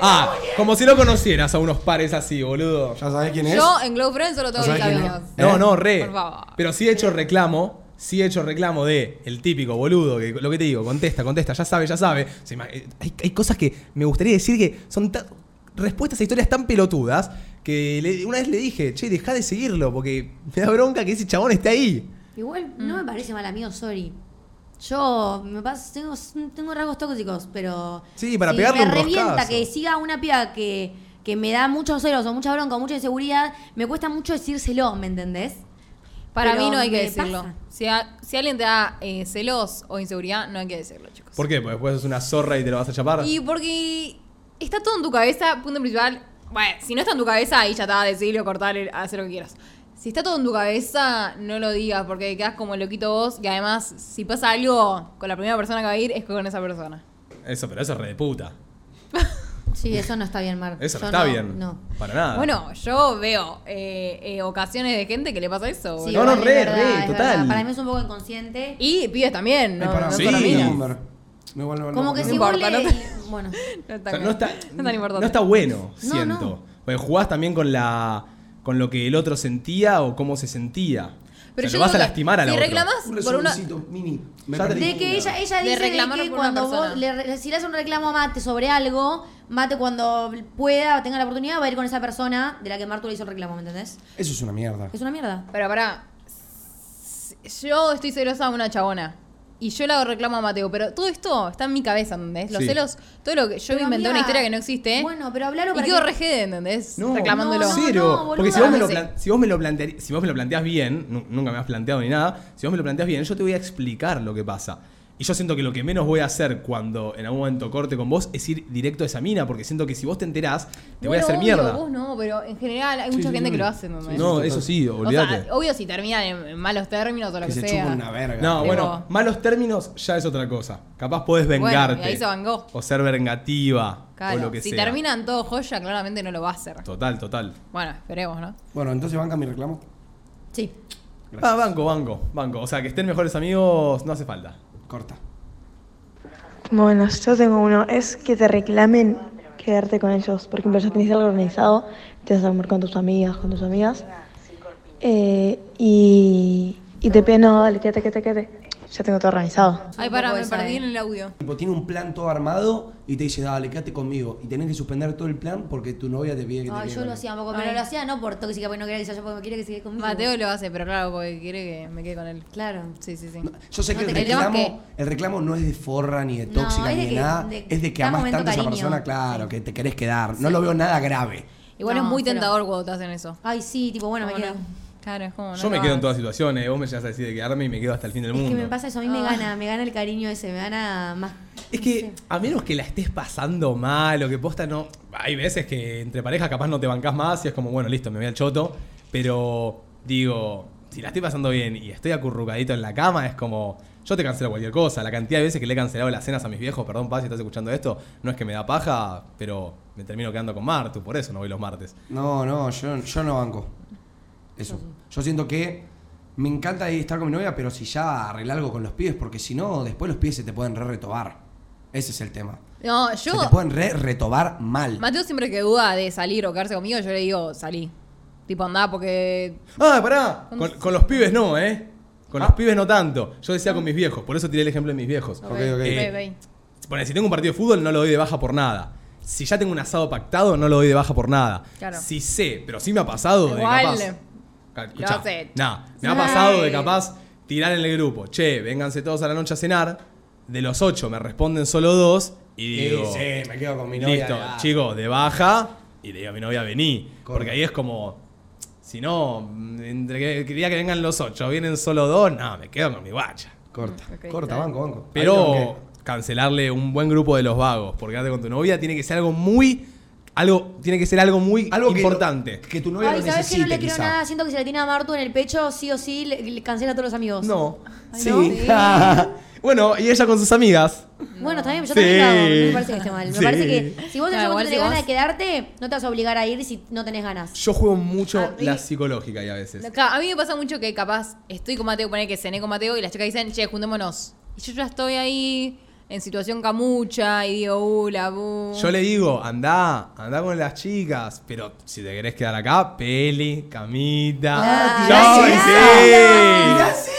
Speaker 1: ah, como si lo conocieras a unos pares así, boludo.
Speaker 2: Ya sabés quién es.
Speaker 4: Yo en Glow Friends solo tengo
Speaker 2: ¿No
Speaker 4: mis
Speaker 2: sabés quién
Speaker 4: amigos.
Speaker 2: es?
Speaker 1: No, no, re.
Speaker 4: Por favor.
Speaker 1: Pero sí he hecho reclamo, sí he hecho reclamo de el típico boludo, que lo que te digo, contesta, contesta, ya sabe, ya sabe. Se ima- eh, hay, hay cosas que me gustaría decir que son ta- respuestas a historias tan pelotudas que le- una vez le dije, che, deja de seguirlo porque me da bronca que ese chabón esté ahí.
Speaker 3: Igual no me parece mal amigo, sorry. Yo me pas- tengo, tengo rasgos tóxicos, pero.
Speaker 1: Sí, para
Speaker 3: si
Speaker 1: pegarle
Speaker 3: Me
Speaker 1: un
Speaker 3: revienta
Speaker 1: roscazo.
Speaker 3: que siga una piba que, que me da muchos celos o mucha bronca o mucha inseguridad, me cuesta mucho decírselo, ¿me entendés?
Speaker 4: Para
Speaker 3: Pero
Speaker 4: mí no hay que
Speaker 3: me
Speaker 4: decirlo.
Speaker 3: pasa.
Speaker 4: Si, a- si alguien te da eh, celos o inseguridad, no hay que decirlo, chicos.
Speaker 1: [laughs] ¿Por qué? Porque después es una zorra y te lo vas a chapar.
Speaker 4: Y porque está todo en tu cabeza, punto principal. Bueno, si no está en tu cabeza, ahí ya está, decidirlo, cortar, hacer lo que quieras. Si está todo en tu cabeza, no lo digas, porque quedas como loquito vos. Y además, si pasa algo con la primera persona que va a ir, es con esa persona.
Speaker 1: Eso, pero eso es re de puta.
Speaker 3: Sí, eso no está bien, Mar.
Speaker 1: Eso no
Speaker 3: Yo
Speaker 1: está bien.
Speaker 3: No.
Speaker 1: Para nada.
Speaker 4: Bueno, yo veo eh, eh, ocasiones de gente que le pasa eso.
Speaker 3: Sí,
Speaker 4: boludo.
Speaker 1: No, no,
Speaker 3: igual es
Speaker 1: re,
Speaker 3: verdad,
Speaker 1: re,
Speaker 3: es verdad.
Speaker 1: total.
Speaker 3: Para mí es un poco inconsciente.
Speaker 4: Y pibes también, ¿no?
Speaker 2: Ay, Eh, pará,
Speaker 4: no
Speaker 2: no
Speaker 1: sí.
Speaker 4: solo
Speaker 2: tengo
Speaker 4: minas.
Speaker 2: número. No, igual no- no-
Speaker 3: Como
Speaker 2: no-
Speaker 3: que
Speaker 2: no
Speaker 3: si
Speaker 2: importa.
Speaker 3: vos
Speaker 4: importa,
Speaker 3: le...
Speaker 4: no
Speaker 3: Bueno,
Speaker 4: No está
Speaker 1: O sea,
Speaker 4: claro.
Speaker 1: no, está,
Speaker 4: [laughs] No es tan importante.
Speaker 1: no está bueno,
Speaker 3: No,
Speaker 1: siento.
Speaker 3: no.
Speaker 1: Porque jugás también con la con lo que el otro sentía o cómo se sentía. Pero
Speaker 4: yo
Speaker 1: lo vas a
Speaker 4: digo que
Speaker 1: lastimar al
Speaker 4: si
Speaker 1: otro.
Speaker 4: reclamás
Speaker 2: Un
Speaker 4: por una.
Speaker 2: resumencito, mini. Me
Speaker 1: Ya te
Speaker 2: perdí.
Speaker 3: de que ella, ella
Speaker 4: De
Speaker 3: dice de
Speaker 4: reclamar
Speaker 3: que
Speaker 4: por una
Speaker 3: cuando vos
Speaker 4: persona.
Speaker 3: le, re- si le haces un reclamo a Mate sobre algo, Mate cuando pueda o tenga la oportunidad va a ir con esa persona de la que Martu le hizo el reclamo, ¿me entendés?
Speaker 2: Eso es una mierda.
Speaker 3: Es una mierda.
Speaker 4: Pero pará. S- Yo estoy celosa de una chabona. Y yo la reclamo a Mateo. Pero todo esto está en mi cabeza, ¿entendés? Los
Speaker 1: Sí.
Speaker 4: celos, todo lo que. Yo
Speaker 3: Pero,
Speaker 4: inventé una
Speaker 3: amiga,
Speaker 4: historia que no existe. ¿eh?
Speaker 3: Bueno, pero hablarlo
Speaker 4: y
Speaker 3: para
Speaker 4: quedo
Speaker 3: que-
Speaker 4: rejede, ¿entendés?
Speaker 1: No,
Speaker 4: Reclamándolo.
Speaker 3: no,
Speaker 1: Cero.
Speaker 3: boluda.
Speaker 1: Porque si vos, me lo
Speaker 4: Sí.
Speaker 1: plan- si vos me lo plantear- si vos me lo planteás bien, nu- nunca me has planteado ni nada, si vos me lo planteás bien, yo te voy a explicar lo que pasa. Y yo siento que lo que menos voy a hacer cuando en algún momento corte con vos es ir directo a esa mina, porque siento que si vos te enterás, te voy a
Speaker 4: Bueno,
Speaker 1: hacer
Speaker 4: obvio,
Speaker 1: mierda.
Speaker 4: Vos no, pero en general hay mucha
Speaker 2: sí,
Speaker 4: gente
Speaker 2: sí.
Speaker 4: que lo hace, ¿entendés?
Speaker 1: No, eso sí,
Speaker 4: o sea,
Speaker 1: olvídate.
Speaker 4: obvio si terminan en, en malos términos o lo
Speaker 2: Que
Speaker 4: que,
Speaker 2: se
Speaker 4: sea.
Speaker 2: chupa una verga.
Speaker 1: No,
Speaker 4: Tipo-
Speaker 1: bueno, malos términos ya es otra cosa. Capaz podés vengarte.
Speaker 4: y ahí se vengó.
Speaker 1: O ser vengativa.
Speaker 4: Claro,
Speaker 1: O lo que
Speaker 4: si
Speaker 1: sea.
Speaker 4: terminan todo joya, claramente no lo va a hacer.
Speaker 1: Total, total.
Speaker 4: Bueno, esperemos, ¿no?
Speaker 2: Bueno, entonces banca mi reclamo.
Speaker 3: Sí.
Speaker 2: Gracias.
Speaker 1: Ah, banco, banco, banco. O sea, que estén mejores amigos no hace falta.
Speaker 2: Corta.
Speaker 8: Bueno, yo tengo uno. Es que te reclamen quedarte con ellos. Por ejemplo, ya tenés algo organizado, te vas a comer con tus amigas, con tus amigas. Eh, y, y te piden, no, dale, quédate, quédate, quédate. Ya tengo todo organizado.
Speaker 4: Ay, para,
Speaker 3: poco
Speaker 4: me
Speaker 3: esa,
Speaker 4: perdí
Speaker 3: eh.
Speaker 4: en el audio.
Speaker 2: Tipo, tiene un plan todo armado y te dice, dale, quédate conmigo. Y tenés que suspender todo el plan porque tu novia te pide que te
Speaker 3: Ay,
Speaker 2: quede
Speaker 3: yo
Speaker 2: con
Speaker 3: lo
Speaker 2: él.
Speaker 3: hacía un poco, pero
Speaker 4: Ay.
Speaker 3: lo hacía no por tóxica, porque no quería que se vaya, porque quiere que se quede conmigo.
Speaker 4: Mateo lo hace, pero claro, porque quiere que me quede con él.
Speaker 3: Claro.
Speaker 4: Sí, sí, sí.
Speaker 2: No, yo sé
Speaker 3: No
Speaker 2: que
Speaker 3: te
Speaker 2: el
Speaker 3: creo.
Speaker 2: reclamo,
Speaker 4: El tema
Speaker 2: el reclamo no es de forra, ni de
Speaker 3: No,
Speaker 2: tóxica,
Speaker 3: es de
Speaker 2: ni de
Speaker 3: que-
Speaker 2: nada.
Speaker 3: de-
Speaker 2: es de que
Speaker 3: da
Speaker 2: amás
Speaker 3: momento
Speaker 2: tanto a esa
Speaker 3: cariño.
Speaker 2: persona, claro, que te querés quedar. No lo veo nada grave.
Speaker 4: Igual es
Speaker 3: No,
Speaker 4: muy
Speaker 3: pero-
Speaker 4: tentador cuando te hacen eso.
Speaker 3: Ay, sí, tipo, bueno, me
Speaker 4: Como
Speaker 3: quedo.
Speaker 4: no. Claro, es como. no
Speaker 1: Yo me
Speaker 4: lo
Speaker 1: quedo en
Speaker 4: hagas.
Speaker 1: todas situaciones. Vos me llegas a decir de quedarme y me quedo hasta el fin del
Speaker 3: Es
Speaker 1: mundo.
Speaker 3: que me pasa eso, a mí me
Speaker 4: Ah.
Speaker 3: gana, me gana el cariño ese, me gana más.
Speaker 1: Es que a menos que la estés pasando mal o que posta no. Hay veces que entre parejas capaz no te bancás más y es como, bueno, listo, me voy al choto. Pero digo, si la estoy pasando bien y estoy acurrucadito en la cama, es como. Yo te cancelo cualquier cosa. La cantidad de veces que le he cancelado las cenas a mis viejos, perdón, Paz, si estás escuchando esto, no es que me da paja, pero me termino quedando con Martu, por eso no voy los martes.
Speaker 2: No, no, yo, yo no banco. Eso. Yo siento que me encanta estar con mi novia, pero si ya arregla algo con los pibes, porque si no, después los pibes se te pueden re retobar. Ese es el tema.
Speaker 4: No,
Speaker 2: Se te
Speaker 4: yo.
Speaker 2: pueden re retobar mal.
Speaker 4: Mateo siempre que duda de salir o quedarse conmigo, yo le digo, salí. Tipo, andá porque.
Speaker 1: Ah, pará. Con, con los pibes no, ¿eh? Con los pibes no tanto. Yo decía con mis viejos, por eso tiré el ejemplo de mis viejos.
Speaker 2: Ah. Ok, ok.
Speaker 1: Eh,
Speaker 4: Ve, ve.
Speaker 1: Ponele, si tengo un partido de fútbol, no lo doy de baja por nada. Si ya tengo un asado pactado, no lo doy de baja por nada.
Speaker 4: Claro.
Speaker 1: Si sé, pero sí me ha pasado
Speaker 4: Igual.
Speaker 1: de capaz. Ca- escuchá,
Speaker 4: sé.
Speaker 1: nah, me ha
Speaker 4: Ay.
Speaker 1: pasado de capaz tirar en el grupo. Che, vénganse todos a la noche a cenar. De los ocho me responden solo dos. Y
Speaker 2: Sí,
Speaker 1: digo,
Speaker 2: sí, me quedo con mi novia.
Speaker 1: listo,
Speaker 2: ah.
Speaker 1: chicos, de baja. Y le digo a mi novia, vení.
Speaker 2: Corre.
Speaker 1: Porque ahí es como, si no, entre que quería que vengan los ocho, vienen solo dos, no, me quedo con mi guacha.
Speaker 2: Corta,
Speaker 4: Ok,
Speaker 2: corta,
Speaker 4: dale.
Speaker 2: banco, banco. Ahí
Speaker 1: Pero
Speaker 2: banqué.
Speaker 1: cancelarle un buen grupo de los vagos por quedarte con tu novia tiene que ser algo muy. Algo, tiene que ser algo muy
Speaker 2: Algo que-
Speaker 1: importante.
Speaker 2: Que, tu novia lo
Speaker 3: Ay, ¿sabes que no
Speaker 2: necesite,
Speaker 3: le creo
Speaker 2: quizá.
Speaker 3: nada? Siento que se le tiene a Martu en el pecho, sí o sí, le, le cancela a todos los amigos.
Speaker 1: No.
Speaker 2: Sí.
Speaker 1: [laughs] bueno, y ella con sus amigas.
Speaker 3: Bueno, está bien, yo
Speaker 1: Sí.
Speaker 3: también lo hago. No me parece que esté mal. Me
Speaker 1: Sí.
Speaker 3: parece que si vos en
Speaker 4: Ah,
Speaker 3: algún
Speaker 4: igual
Speaker 3: momento
Speaker 4: si
Speaker 3: tenés ganas
Speaker 4: vas-
Speaker 3: de quedarte, no te vas a obligar a ir si no tenés ganas.
Speaker 1: Yo juego mucho
Speaker 4: A mí-
Speaker 1: la psicológica y a veces.
Speaker 4: Acá, A mí me pasa mucho que capaz estoy con Mateo, poner que cené con Mateo y las chicas dicen, che, juntémonos. Y yo ya estoy ahí en situación camucha y digo, uh, la bu.
Speaker 1: Yo le digo, andá, andá con las chicas, pero si te querés quedar acá, peli, camita.
Speaker 3: Ah,
Speaker 1: No,
Speaker 2: tirás
Speaker 1: sí.
Speaker 2: esa. Tirás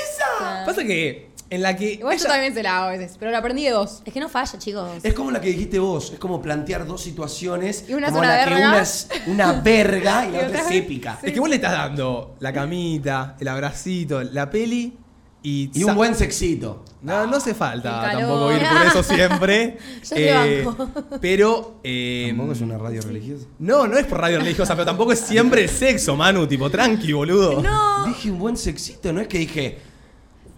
Speaker 1: Pasa que en la que
Speaker 4: Igual yo
Speaker 1: ella-
Speaker 4: también se la hago a veces, pero la aprendí de dos.
Speaker 3: Es que no falla, chicos.
Speaker 2: Es como la que dijiste vos, es como plantear dos situaciones.
Speaker 4: Y una es
Speaker 2: como
Speaker 4: una
Speaker 2: la que
Speaker 4: verga.
Speaker 2: una es una verga y
Speaker 4: Y
Speaker 2: la otra
Speaker 4: otra
Speaker 2: es
Speaker 4: es-
Speaker 2: épica.
Speaker 1: Es que vos le estás dando la camita, el abracito, la peli y...
Speaker 2: Y
Speaker 1: sa-
Speaker 2: un buen sexito.
Speaker 1: No, no hace falta
Speaker 4: El calor.
Speaker 1: tampoco ir por eso siempre. Eh,
Speaker 3: Yo te banco.
Speaker 1: Pero... eh,
Speaker 2: radio religiosa.
Speaker 1: No, no es por radio religiosa, pero tampoco es siempre el sexo, Manu, tipo tranqui, boludo.
Speaker 2: Dije un buen sexito, no es que dije.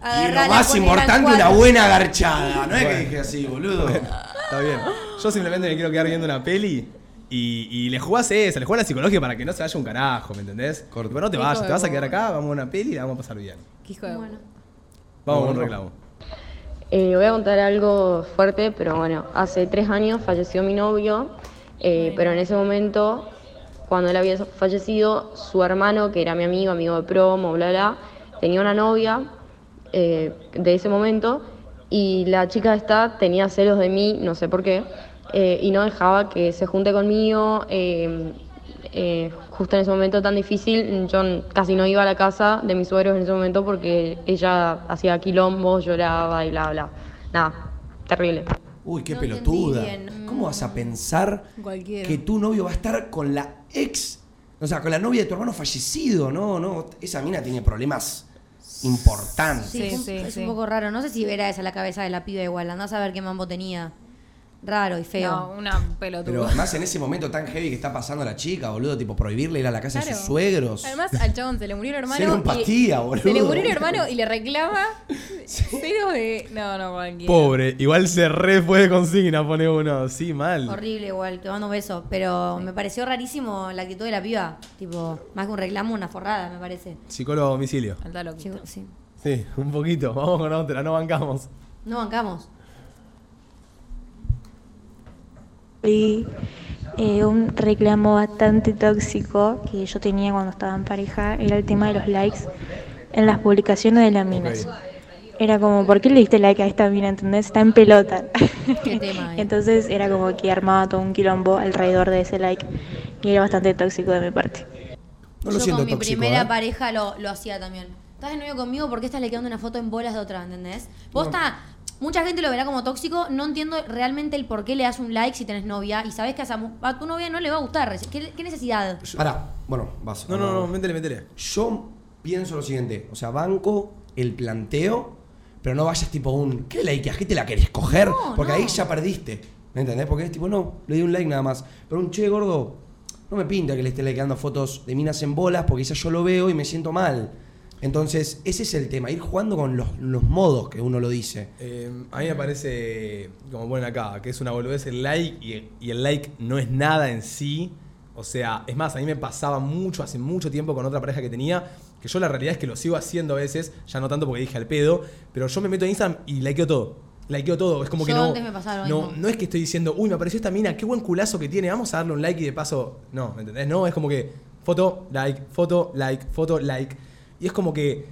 Speaker 2: Y
Speaker 3: Agarrala,
Speaker 2: lo más
Speaker 3: ponela
Speaker 2: importante,
Speaker 3: en
Speaker 2: una
Speaker 3: cuatro.
Speaker 2: buena garchada. No es que
Speaker 1: Bueno.
Speaker 2: dije así, boludo.
Speaker 1: Está bien. Yo simplemente me quiero quedar viendo una peli Y, y le jugás esa, le jugás la psicología para que no se vaya un carajo, ¿me entendés? Corto. Pero no te
Speaker 4: Hijo
Speaker 1: vayas,
Speaker 4: de
Speaker 1: te vas a
Speaker 4: puta.
Speaker 1: quedar acá, vamos a una peli y la vamos a pasar bien.
Speaker 4: Qué hijo de-
Speaker 3: Bueno.
Speaker 1: Vamos con
Speaker 2: Bueno.
Speaker 1: un reclamo.
Speaker 9: Eh, voy a contar algo fuerte, pero bueno, hace tres años falleció mi novio, eh, pero en ese momento, cuando él había fallecido, su hermano, que era mi amigo, amigo de promo, bla, bla, tenía una novia eh, de ese momento y la chica esta tenía celos de mí, no sé por qué, eh, y no dejaba que se junte conmigo. eh, eh, justo en ese momento tan difícil, yo n- casi no iba a la casa de mis suegros en ese momento porque ella hacía quilombos, lloraba y bla, bla. Nada, terrible.
Speaker 2: Uy, qué
Speaker 3: No te
Speaker 2: pelotuda.
Speaker 3: envidien.
Speaker 2: ¿Cómo vas a pensar
Speaker 4: Cualquiera.
Speaker 2: que tu novio va a estar con la ex, o sea, con la novia de tu hermano fallecido? No, no, esa mina tiene problemas importantes.
Speaker 3: Sí,
Speaker 4: Sí,
Speaker 3: fue un-
Speaker 4: sí,
Speaker 3: es
Speaker 4: sí.
Speaker 3: un poco raro. No sé si era esa la cabeza de la piba igual. Andás a ver qué mambo tenía. Raro y feo.
Speaker 4: No, una
Speaker 2: Pero
Speaker 4: pelotuda.
Speaker 2: además en ese momento tan heavy que está pasando la chica, boludo, tipo prohibirle ir a la casa de
Speaker 4: Claro.
Speaker 2: sus suegros.
Speaker 4: Además, al chabón se le murió el hermano.
Speaker 2: Cero
Speaker 4: y-
Speaker 2: empatía, boludo.
Speaker 4: Se le murió el hermano y le reclama.
Speaker 2: [laughs]
Speaker 4: Cero de. No, no, cualquiera.
Speaker 1: Pobre, igual se re fue de consigna, pone uno. Sí, mal.
Speaker 3: Horrible igual, te mando un beso. Pero me pareció rarísimo la actitud de la piba. Tipo, más que un reclamo, una forrada, me parece.
Speaker 1: Psicólogo a domicilio.
Speaker 4: Anda loquito.
Speaker 3: Chico, sí.
Speaker 1: Sí, un poquito. [laughs] Vamos con otra, no bancamos.
Speaker 4: [laughs]
Speaker 3: No bancamos.
Speaker 10: Y eh, un reclamo bastante tóxico que yo tenía cuando estaba en pareja era el tema de los likes en las publicaciones de las minas. Era como, ¿por qué le diste like a esta mina? ¿Entendés? Está en pelota. [laughs]
Speaker 3: Qué tema, eh.
Speaker 10: Entonces era como que armaba todo un quilombo alrededor de ese like y era bastante tóxico de mi parte.
Speaker 2: No lo
Speaker 3: Yo
Speaker 2: siento
Speaker 3: con mi
Speaker 2: tóxico.
Speaker 3: primera
Speaker 2: ¿eh?
Speaker 3: pareja lo, lo hacía también. Estás de novio conmigo porque estás le quedando una foto en bolas de otra, ¿entendés? Vos está. Mucha gente lo verá como tóxico. No entiendo realmente el por qué le das un like si tenés novia y sabés que a, esa mu- a tu novia no le va a gustar. ¿Qué, qué necesidad?
Speaker 2: Pará, bueno, vas.
Speaker 1: No, no, no, métele, métele.
Speaker 2: Yo pienso lo siguiente, o sea, banco el planteo, pero no vayas tipo un, ¿qué likeas? ¿Qué te la querés coger?
Speaker 3: No,
Speaker 2: Porque ahí
Speaker 3: no.
Speaker 2: ya perdiste, ¿me entendés? Porque es tipo, no, le di un like nada más. Pero un che, gordo, no me pinta que le esté likeando fotos de minas en bolas porque quizás yo lo veo y me siento mal. Entonces, ese es el tema, ir jugando con los, los modos que uno lo dice.
Speaker 1: Eh, a mí me parece, como ponen acá, que es una boludez el like y, y el like no es nada en sí. O sea, es más, a mí me pasaba mucho, hace mucho tiempo con otra pareja que tenía, que yo la realidad es que lo sigo haciendo a veces, ya no tanto porque dije al pedo, pero yo me meto en Instagram y likeo todo. Likeo todo, es como que
Speaker 3: Yo
Speaker 1: no,
Speaker 3: antes me pasaba lo
Speaker 1: no,
Speaker 3: mismo.
Speaker 1: no es que estoy diciendo, uy, me apareció esta mina, qué buen culazo que tiene, vamos a darle un like y de paso, no, ¿me entendés? No, es como que foto, like, foto, like, foto, like. Y es como que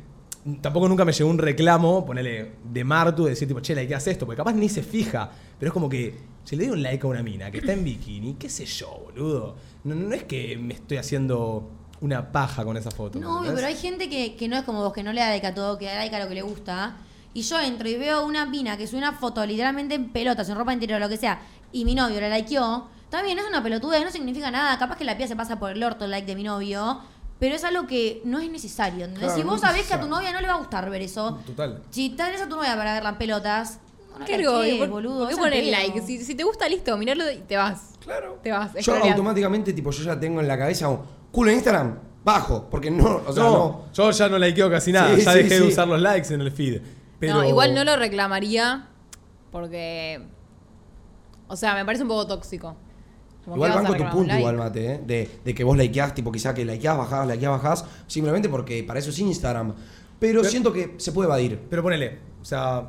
Speaker 1: tampoco nunca me llegó un reclamo, ponele, de Martu, de decir tipo, che, like, ¿qué haces esto? Porque capaz ni se fija, pero es como que, si le doy un like a una mina que está en bikini, qué sé yo, boludo. No, no es que me estoy haciendo una paja con esa foto.
Speaker 3: No, obvio,
Speaker 1: ¿entendés?
Speaker 3: pero hay gente que, que no es como vos, que no le da like a todo, que da like a lo que le gusta. Y yo entro y veo una mina que sube una foto literalmente en pelotas, en ropa interior, lo que sea, y mi novio la likeó. Está bien, es una pelotuda, no significa nada. Capaz que la piba se pasa por el orto el like de mi novio, pero es algo que no es necesario. ¿entendés?
Speaker 2: Claro,
Speaker 3: si
Speaker 2: no
Speaker 3: vos
Speaker 2: es
Speaker 3: sabés que a tu
Speaker 2: necesario.
Speaker 3: novia no le va a gustar ver eso,
Speaker 1: Total.
Speaker 3: si tenés a tu novia para ver las pelotas, no la
Speaker 4: Qué
Speaker 3: likees,
Speaker 4: ergo, ¿por-
Speaker 3: boludo.
Speaker 4: ¿Por qué
Speaker 3: es al
Speaker 4: poner
Speaker 3: pedo.
Speaker 4: like? Si, si te gusta, listo, mirarlo y te vas. Claro. Te vas.
Speaker 2: Yo
Speaker 4: scrolleás.
Speaker 2: automáticamente, tipo, yo ya tengo en la cabeza un culo en Instagram, bajo, porque no, o sea,
Speaker 1: no,
Speaker 2: no.
Speaker 1: yo ya no likeo casi nada,
Speaker 2: Sí,
Speaker 1: ya
Speaker 2: sí,
Speaker 1: dejé de
Speaker 2: sí.
Speaker 1: usar los likes en el feed. Pero...
Speaker 4: No, igual no lo reclamaría porque. O sea, me parece un poco tóxico. Como
Speaker 2: Igual
Speaker 4: que vas a
Speaker 2: banco tu
Speaker 4: reclamar
Speaker 2: punto,
Speaker 4: un
Speaker 2: igual
Speaker 4: like.
Speaker 2: mate, ¿eh? de, de que vos likeás, tipo quizá que likeás, bajás, likeás, bajás, simplemente porque para eso es Instagram. Pero siento que se puede evadir.
Speaker 1: Pero ponele, o sea,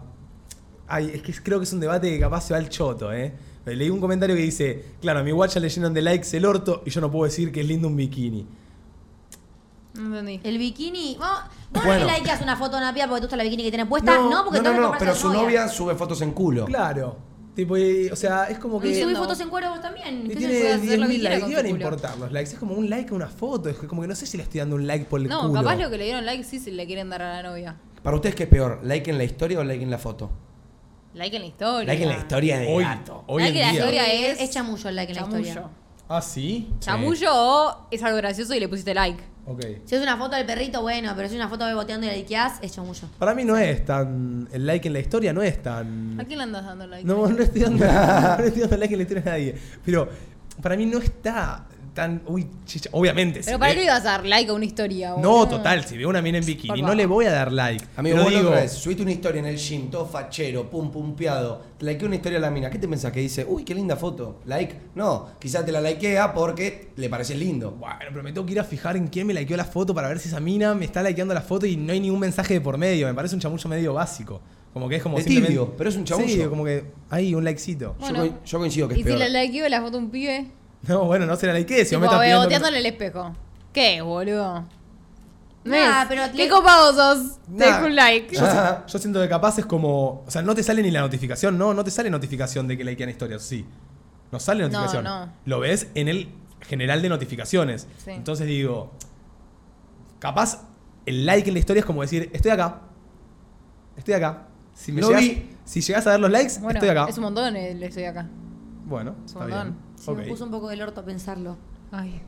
Speaker 1: ay, es que creo que es un debate que capaz se va al choto, ¿eh? Leí un comentario que dice, claro, a mi guacha le llenan de likes el orto y yo no puedo decir que es lindo un bikini.
Speaker 4: No entendí.
Speaker 3: El bikini. Vos, vos
Speaker 2: Bueno.
Speaker 3: no le likeás una foto a una piba porque te gusta la bikini que tenés puesta. No, porque
Speaker 2: no,
Speaker 3: tenés
Speaker 2: no,
Speaker 3: que
Speaker 2: no,
Speaker 3: comprarse
Speaker 2: pero
Speaker 3: a
Speaker 2: su
Speaker 3: tu
Speaker 2: novia sube fotos en culo.
Speaker 1: Claro. Tipo, y- o sea, es como
Speaker 3: Y subí
Speaker 1: que...
Speaker 3: fotos en cuero vos también.
Speaker 1: Y
Speaker 3: ¿Qué
Speaker 1: tiene
Speaker 3: se puede hacer?
Speaker 1: 10.000
Speaker 4: lo que
Speaker 1: likes,
Speaker 4: quiera
Speaker 1: ¿qué van a
Speaker 4: con
Speaker 3: este
Speaker 4: tu culo?
Speaker 1: importar los likes? Es como un like a una foto, es como que no sé si le estoy dando un like por el
Speaker 4: No,
Speaker 1: culo.
Speaker 4: capaz lo que le dieron like sí se le quieren dar a la novia.
Speaker 2: Para ustedes, ¿qué es peor? ¿Like en la historia o like en la foto?
Speaker 4: Like en la historia.
Speaker 2: Like en la historia de
Speaker 1: Hoy,
Speaker 2: gato.
Speaker 1: hoy
Speaker 4: Like la
Speaker 1: en día.
Speaker 4: historia.
Speaker 3: Es,
Speaker 4: es-
Speaker 3: es chamullo el like en la
Speaker 4: Chamullo.
Speaker 3: historia.
Speaker 1: Ah, ¿sí?
Speaker 4: Chamullo o es algo gracioso y le pusiste like.
Speaker 1: Ok.
Speaker 3: Si es una foto del perrito, bueno, pero si es una foto de boteando y la likeás, es chamullo.
Speaker 1: Para mí no es tan... El like en la historia no es tan...
Speaker 4: ¿A quién le andas dando like?
Speaker 2: [laughs]
Speaker 1: No, no estoy dando, no estoy dando like en la historia a nadie. Pero para mí no está tan. Uy, chicha. Obviamente. si
Speaker 4: Pero para
Speaker 1: ve-
Speaker 4: qué le vas a dar like a una historia,
Speaker 1: eh, No,
Speaker 4: boludo?
Speaker 1: total, si veo una mina en bikini,
Speaker 4: Por
Speaker 1: no
Speaker 4: favor.
Speaker 1: le voy a dar like.
Speaker 2: Amigo,
Speaker 1: Pero
Speaker 2: vos la
Speaker 1: digo,
Speaker 2: otra vez subiste una historia en el gym, todo fachero, pum, pumpeado. Te likeé una historia a la mina. ¿Qué te pensás? Que dice, uy, qué linda foto. Like. No, quizás te la likea porque le pareces lindo.
Speaker 1: bueno, pero me tengo que ir a fijar en quién me likeó la foto para ver si esa mina me está likeando la foto y no hay ningún mensaje de por medio. Me parece un chamullo medio básico. Como que es como
Speaker 2: Es
Speaker 1: simplemente-
Speaker 2: tibio, pero es un chamullo.
Speaker 1: Sí, como que hay un likecito. [laughs]
Speaker 4: Bueno.
Speaker 2: Yo, co- yo coincido que es
Speaker 4: Y si
Speaker 2: peor.
Speaker 4: le likeo la foto a un pibe,
Speaker 1: No, bueno, no se la likeé. Si vos
Speaker 4: tipo,
Speaker 1: me estás pidiendo que-
Speaker 4: boteándole el espejo. ¿Qué, boludo?
Speaker 3: Nah,
Speaker 4: ¿Ves?
Speaker 3: pero
Speaker 4: ¿Qué
Speaker 3: le-
Speaker 4: copado sos?
Speaker 1: Nah.
Speaker 4: Te dejo un like.
Speaker 1: Yo, si- yo siento que capaz es como. O sea, no te sale ni la notificación, no, no te sale notificación de que likean historias, sí. No sale notificación.
Speaker 4: no.
Speaker 1: Lo ves en el general de notificaciones.
Speaker 4: Sí.
Speaker 1: Entonces digo. Capaz el like en la historia es como decir, estoy acá. Estoy acá. Si me
Speaker 2: Lo
Speaker 1: llegas,
Speaker 2: vi.
Speaker 1: si llegas a ver los likes,
Speaker 4: Bueno,
Speaker 1: estoy acá.
Speaker 4: es un montón el estoy acá.
Speaker 1: Bueno,
Speaker 4: es
Speaker 1: está
Speaker 4: un
Speaker 1: bien.
Speaker 4: montón.
Speaker 3: Se
Speaker 1: Ok.
Speaker 3: me puso un poco del orto pensarlo.
Speaker 4: Ay.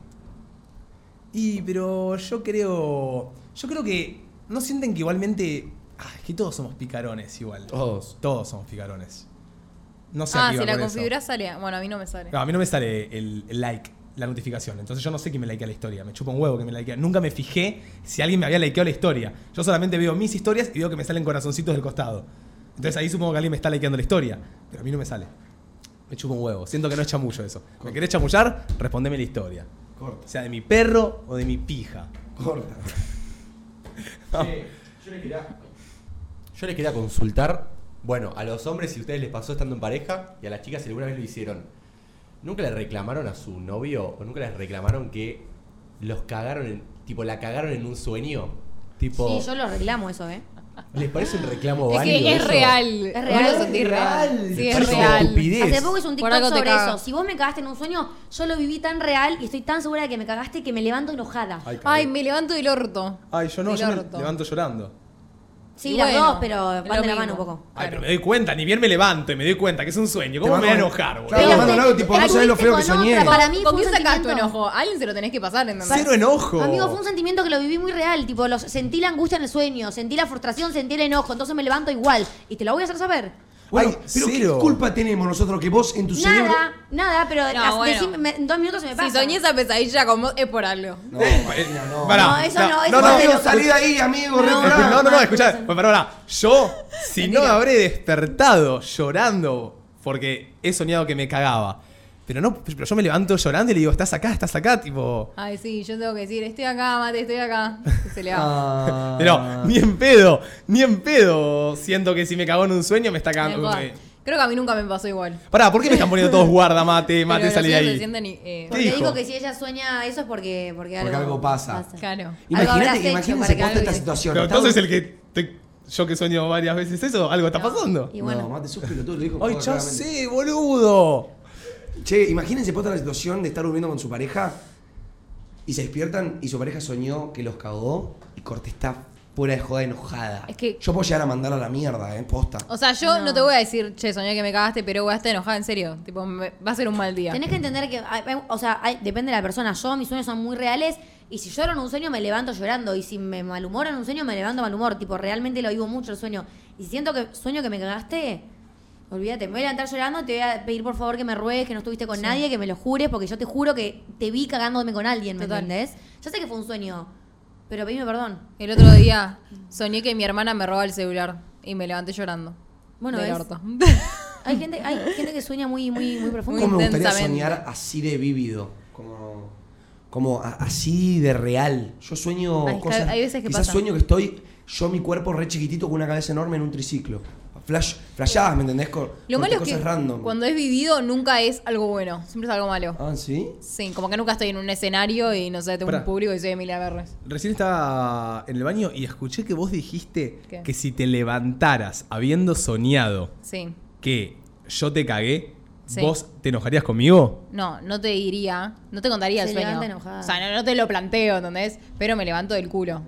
Speaker 1: Y pero yo creo. Yo creo que. ¿No sienten que igualmente. Ah, es que todos somos picarones igual.
Speaker 2: Todos.
Speaker 1: Todos somos picarones. No sé a
Speaker 4: Ah,
Speaker 1: qué
Speaker 4: si
Speaker 1: iba
Speaker 4: la
Speaker 1: con eso.
Speaker 4: configurás sale. Bueno, a mí no me sale.
Speaker 1: No, a mí no me sale el, el like, la notificación. Entonces yo no sé quién me likea la historia. Me chupa un huevo que me likea. Nunca me fijé si alguien me había likeado la historia. Yo solamente veo mis historias y veo que me salen corazoncitos del costado. Entonces ahí supongo que alguien me está likeando la historia. Pero a mí no me sale. Me chupa un huevo. Siento que no es chamullo eso. ¿Me querés chamullar? Respondeme la historia.
Speaker 2: Corta,
Speaker 1: Sea de mi perro o de mi pija. [laughs]
Speaker 2: corta.
Speaker 11: Yo les quería consultar, bueno, a los hombres si a ustedes les pasó estando en pareja y a las chicas si alguna vez lo hicieron. ¿Nunca le reclamaron a su novio o nunca les reclamaron que los cagaron, en- tipo, la cagaron en un sueño? Tipo,
Speaker 3: Sí, yo lo reclamo eso, ¿eh?
Speaker 11: ¿les parece un reclamo
Speaker 4: Es
Speaker 11: válido
Speaker 4: que es
Speaker 11: eso?
Speaker 4: real.
Speaker 3: Es
Speaker 4: Vos
Speaker 3: real.
Speaker 4: lo sentís real. Sí,
Speaker 11: Me
Speaker 4: es
Speaker 11: parece una
Speaker 4: real.
Speaker 11: estupidez.
Speaker 3: Hace poco hice
Speaker 4: Por
Speaker 3: un TikTok
Speaker 4: algo te
Speaker 3: sobre
Speaker 4: caga.
Speaker 3: eso. Si vos me cagaste en un sueño, yo lo viví tan real y estoy tan segura de que me cagaste que me levanto enojada.
Speaker 4: Ay, me levanto del orto.
Speaker 1: Ay, yo no,
Speaker 4: Del
Speaker 1: yo me
Speaker 4: orto.
Speaker 1: levanto llorando.
Speaker 3: Sí,
Speaker 4: Y
Speaker 3: las
Speaker 4: bueno,
Speaker 3: dos, pero
Speaker 4: es lo
Speaker 3: van de la
Speaker 4: mismo.
Speaker 3: mano un poco.
Speaker 1: Ay, pero
Speaker 4: Claro.
Speaker 1: me doy cuenta, ni bien me levanto y me doy cuenta que es un sueño. ¿Cómo me
Speaker 2: Te
Speaker 1: voy a
Speaker 2: vas con-
Speaker 1: enojar, boludo?
Speaker 2: Claro, te
Speaker 3: Pero
Speaker 2: mandan
Speaker 3: te-
Speaker 2: algo tipo,
Speaker 3: te
Speaker 2: no sabes lo
Speaker 3: fuiste
Speaker 2: feo que
Speaker 3: con
Speaker 2: soñé.
Speaker 3: otra, para
Speaker 4: ¿Con
Speaker 3: mí fue
Speaker 4: quién
Speaker 3: un
Speaker 4: sacás tu
Speaker 3: sentimiento-
Speaker 4: enojo? A alguien se lo tenés que pasar, ¿entendés?
Speaker 1: Cero enojo.
Speaker 3: Amigo, fue un sentimiento que lo viví muy real. Tipo, los, sentí la angustia en el sueño, sentí la frustración, sentí el enojo. Entonces me levanto igual. Y te lo voy a hacer saber.
Speaker 2: Bueno,
Speaker 1: Ay,
Speaker 2: pero
Speaker 1: cero.
Speaker 2: ¿qué culpa tenemos nosotros que vos en tu cerebro...
Speaker 3: Nada, nada, pero
Speaker 4: No,
Speaker 3: as-
Speaker 4: bueno.
Speaker 3: decime- me- en dos minutos se me pasa.
Speaker 4: Si soñé esa pesadilla con vos, es por algo.
Speaker 2: No,
Speaker 11: Eh.
Speaker 2: Martina, no.
Speaker 1: Pará,
Speaker 3: No, eso no, eso
Speaker 1: no, no,
Speaker 3: no.
Speaker 2: Amigo, salí de ahí, amigo. re pará.
Speaker 1: Escu- No, no, no, escuchá. Bueno, pará, pará. Yo, si no habré despertado llorando porque he soñado que me cagaba. Pero no, pero yo me levanto llorando y le digo, estás acá, estás acá, tipo.
Speaker 4: Ay, sí, yo tengo que decir, estoy acá, mate, estoy acá.
Speaker 2: [laughs]
Speaker 4: Y se le va.
Speaker 2: Ah.
Speaker 1: Pero ni en pedo, ni en pedo. Siento que si me cagó en un sueño me está
Speaker 4: Me
Speaker 1: cagando.
Speaker 4: joda. Creo que a mí nunca me pasó igual.
Speaker 1: Pará, ¿por qué me están poniendo
Speaker 3: [laughs]
Speaker 1: todos guarda, mate, mate,
Speaker 4: Pero
Speaker 1: salí de
Speaker 4: los sueños se
Speaker 1: ahí?
Speaker 4: sienten y- eh,
Speaker 1: ¿Qué
Speaker 3: Porque
Speaker 1: dijo?
Speaker 3: digo que si ella sueña eso es porque, porque,
Speaker 2: Porque algo pasa.
Speaker 4: Claro.
Speaker 3: Algo habrás
Speaker 2: Imagínate,
Speaker 3: hecho
Speaker 2: imagínense
Speaker 3: para que
Speaker 2: posta
Speaker 3: algo
Speaker 2: esta
Speaker 3: hice.
Speaker 2: situación.
Speaker 1: Pero
Speaker 2: Estamos-
Speaker 1: entonces el que. te- yo que sueño varias veces eso, algo está pasando.
Speaker 3: Y bueno.
Speaker 2: No, mate, sos pelotudo, lo dijo.
Speaker 1: Ay,
Speaker 2: Joder,
Speaker 1: ya
Speaker 2: claramente.
Speaker 1: sé, boludo.
Speaker 2: Che, imagínense posta la situación de estar durmiendo con su pareja y se despiertan y su pareja soñó que los cagó y Corte está fuera de joda enojada.
Speaker 4: Es que-
Speaker 2: Yo puedo llegar a mandar a la mierda, eh, posta.
Speaker 4: O sea, yo no. te voy a decir, che, soñé que me cagaste, pero voy a estar enojada, en serio. Tipo, me- va a ser un mal día.
Speaker 3: Tenés que entender que, hay- hay- o sea, hay- depende de la persona. Yo, mis sueños son muy reales y si lloro en un sueño me levanto llorando y si me malhumoro en un sueño me levanto mal humor. Tipo, realmente lo vivo mucho el sueño. Y si siento que sueño que me cagaste, olvídate, me voy a levantar llorando, te voy a pedir por favor que me ruegues, que no estuviste con nadie, que me lo jures, porque yo te juro que te vi cagándome con alguien, ¿me
Speaker 4: Total.
Speaker 3: entendés? Ya sé que fue un sueño, pero pedime perdón.
Speaker 4: El otro día soñé que mi hermana me roba el celular y me levanté llorando.
Speaker 3: Bueno,
Speaker 4: Del
Speaker 3: ¿ves?
Speaker 4: orto.
Speaker 3: [laughs] Hay gente, hay gente que sueña muy, muy, muy profundo.
Speaker 2: ¿Cómo me gustaría
Speaker 4: intensamente.
Speaker 2: soñar así de vívido? Como, como a- así de real. Yo sueño
Speaker 4: Ay,
Speaker 2: cosas.
Speaker 4: hay veces que
Speaker 2: quizás
Speaker 4: pasa.
Speaker 2: sueño que estoy yo, mi cuerpo re chiquitito con una cabeza enorme en un triciclo. Flash, flashadas, ¿me entendés? Con,
Speaker 4: Lo
Speaker 2: con
Speaker 4: malo es
Speaker 2: cosas
Speaker 4: que
Speaker 2: random.
Speaker 4: cuando es vivido nunca es algo bueno, siempre es algo malo.
Speaker 2: Ah, ¿sí?
Speaker 4: Sí, como que nunca estoy en un escenario y no sé, tengo
Speaker 1: Pará.
Speaker 4: un público y soy Emilia Berres.
Speaker 1: Recién estaba en el baño y escuché que vos dijiste
Speaker 4: ¿Qué?
Speaker 1: que si te levantaras habiendo soñado
Speaker 4: Sí.
Speaker 1: que yo te cagué,
Speaker 4: Sí.
Speaker 1: ¿vos te enojarías conmigo?
Speaker 4: No, no te diría, no te contaría
Speaker 3: Se
Speaker 4: el sueño.
Speaker 3: levanta enojada.
Speaker 4: O sea, no, no te lo planteo, ¿entendés? Pero me levanto del culo.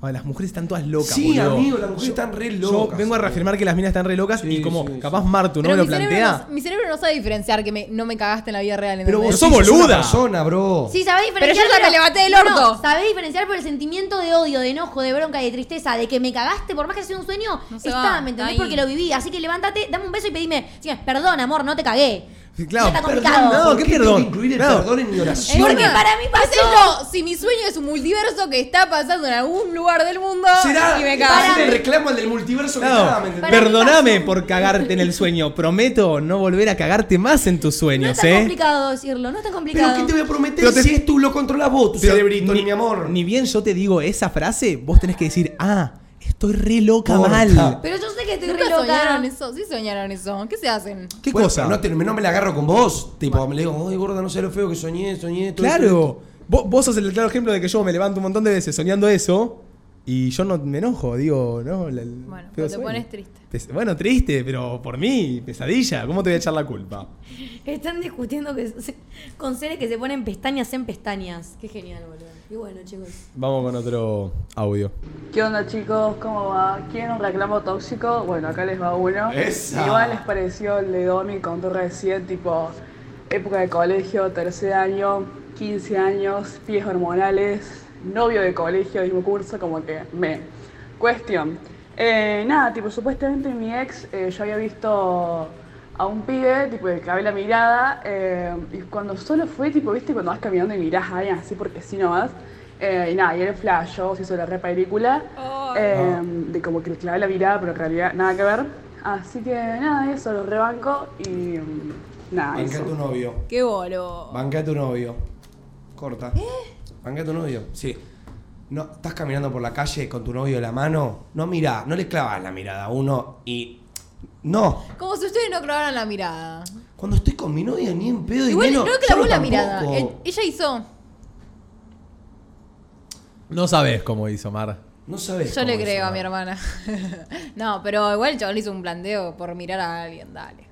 Speaker 1: Ay, Ah, las mujeres están todas locas,
Speaker 2: Sí,
Speaker 1: boludo.
Speaker 2: amigo, las mujeres están re
Speaker 1: Yo
Speaker 2: locas,
Speaker 1: vengo a
Speaker 2: boludo.
Speaker 1: reafirmar que las minas están re locas y
Speaker 2: Sí,
Speaker 1: como
Speaker 2: sí,
Speaker 1: capaz
Speaker 2: sí.
Speaker 1: Martu no
Speaker 4: Pero
Speaker 1: me lo
Speaker 4: mi cerebro
Speaker 1: plantea.
Speaker 4: no- mi cerebro no sabe diferenciar que me- no me cagaste en la vida real.
Speaker 2: Pero vos
Speaker 4: ¿entendés?
Speaker 1: sos
Speaker 2: sí sos
Speaker 1: boluda.
Speaker 2: una persona, bro.
Speaker 3: Sí, sabés
Speaker 4: Pero yo
Speaker 3: diferenciar.
Speaker 4: ya me levanté del orto.
Speaker 3: no, sabés diferenciar por el sentimiento de odio, de enojo, de bronca, de tristeza, de que me cagaste, por más que sea un sueño,
Speaker 4: No se
Speaker 3: está,
Speaker 4: va,
Speaker 3: ¿me
Speaker 4: está
Speaker 3: entendés?
Speaker 4: ahí.
Speaker 3: Porque lo viví. Así que levántate, dame un beso y pedime, sí, perdón, amor, no te cagué.
Speaker 1: Claro,
Speaker 3: está
Speaker 1: perdón.
Speaker 3: complicado.
Speaker 1: No, ¿qué
Speaker 2: ¿Por qué
Speaker 1: perdón?
Speaker 2: tengo que incluir el
Speaker 1: Claro. Eh,
Speaker 2: perdón en mi oración?
Speaker 3: Porque para mí
Speaker 4: ¿Qué sé
Speaker 3: pasó.
Speaker 4: yo? Si mi sueño es un multiverso que está pasando en algún lugar del mundo
Speaker 2: ¿Será
Speaker 4: y me
Speaker 2: ¿Será
Speaker 4: cago.
Speaker 2: el reclamo al del multiverso que
Speaker 1: No,
Speaker 2: estaba, ¿me entendés?
Speaker 1: perdoname por cagarte en el sueño. Prometo no volver a cagarte más en tus
Speaker 3: No
Speaker 1: sueños,
Speaker 3: es tan
Speaker 1: ¿eh?
Speaker 3: complicado decirlo, no es tan complicado.
Speaker 2: Pero ¿qué te voy a prometer
Speaker 1: Pero te-
Speaker 2: si es tú lo controlas vos, tu
Speaker 1: Pero
Speaker 2: cerebrito,
Speaker 1: ni-
Speaker 2: ni mi amor?
Speaker 1: Ni bien yo te digo esa frase, vos tenés que decir, ah, estoy re loca mal.
Speaker 2: Corta.
Speaker 3: Pero yo sé que estoy re
Speaker 4: Nunca
Speaker 3: loca.
Speaker 4: soñaron eso, sí soñaron eso. ¿Qué se hacen?
Speaker 1: ¿Qué
Speaker 2: Bueno,
Speaker 1: cosa?
Speaker 2: pero No, te- no me la agarro con vos. Tipo, me le digo, ay, gorda, no sé lo feo que soñé, soñé. todo esto,
Speaker 1: Claro. Vos, vos sos el claro ejemplo de que yo me levanto un montón de veces soñando eso y yo no me enojo, digo, no. la- el
Speaker 4: Bueno,
Speaker 1: feo
Speaker 4: pero te
Speaker 1: sueño.
Speaker 4: pones triste.
Speaker 1: Pes- Bueno, triste, pero por mí, pesadilla. ¿Cómo te voy a echar la culpa?
Speaker 3: Están discutiendo que se- con seres que se ponen pestañas en pestañas. Qué genial, boludo. Y bueno, chicos.
Speaker 1: Vamos con otro audio.
Speaker 12: ¿Qué onda chicos? ¿Cómo va? ¿Quieren un reclamo tóxico? Bueno, acá les va uno.
Speaker 2: Esa.
Speaker 12: Igual les pareció el de Domi contó recién, tipo época de colegio, tercer año, 15 años, pies hormonales, novio de colegio, mismo curso, como que me. Cuestión. Eh, nada, tipo, supuestamente mi ex, eh, yo había visto a un pibe, tipo, que clavé la mirada, eh, y cuando solo fue, tipo, viste, cuando vas caminando y mirás a alguien así porque sí nomás, eh, y nada, y él flashó, se hizo la re película, eh, de como que le clavé la mirada, pero en realidad nada que ver. Así que nada, eso, lo rebanco y mm, nada,
Speaker 2: Banca a
Speaker 12: eso.
Speaker 2: tu novio.
Speaker 4: Qué bolo.
Speaker 2: Banca a tu novio. Corta. Banca a tu novio. Sí. No, estás caminando por la calle con tu novio de la mano. No mirá, no le clavas la mirada a uno y. No.
Speaker 4: Como si ustedes no clavaran la mirada.
Speaker 2: Cuando estoy con mi novia ni en pedo y
Speaker 4: Igual
Speaker 2: menos,
Speaker 4: no clavó
Speaker 2: solo
Speaker 4: la
Speaker 2: tampoco.
Speaker 4: mirada. El- ella hizo.
Speaker 1: No sabes cómo hizo Mar.
Speaker 2: No sabes.
Speaker 4: Yo le
Speaker 2: cómo es,
Speaker 4: creo a
Speaker 2: ¿no?
Speaker 4: mi hermana. [laughs] no, pero igual el chabón le hizo un planteo por mirar a alguien, dale.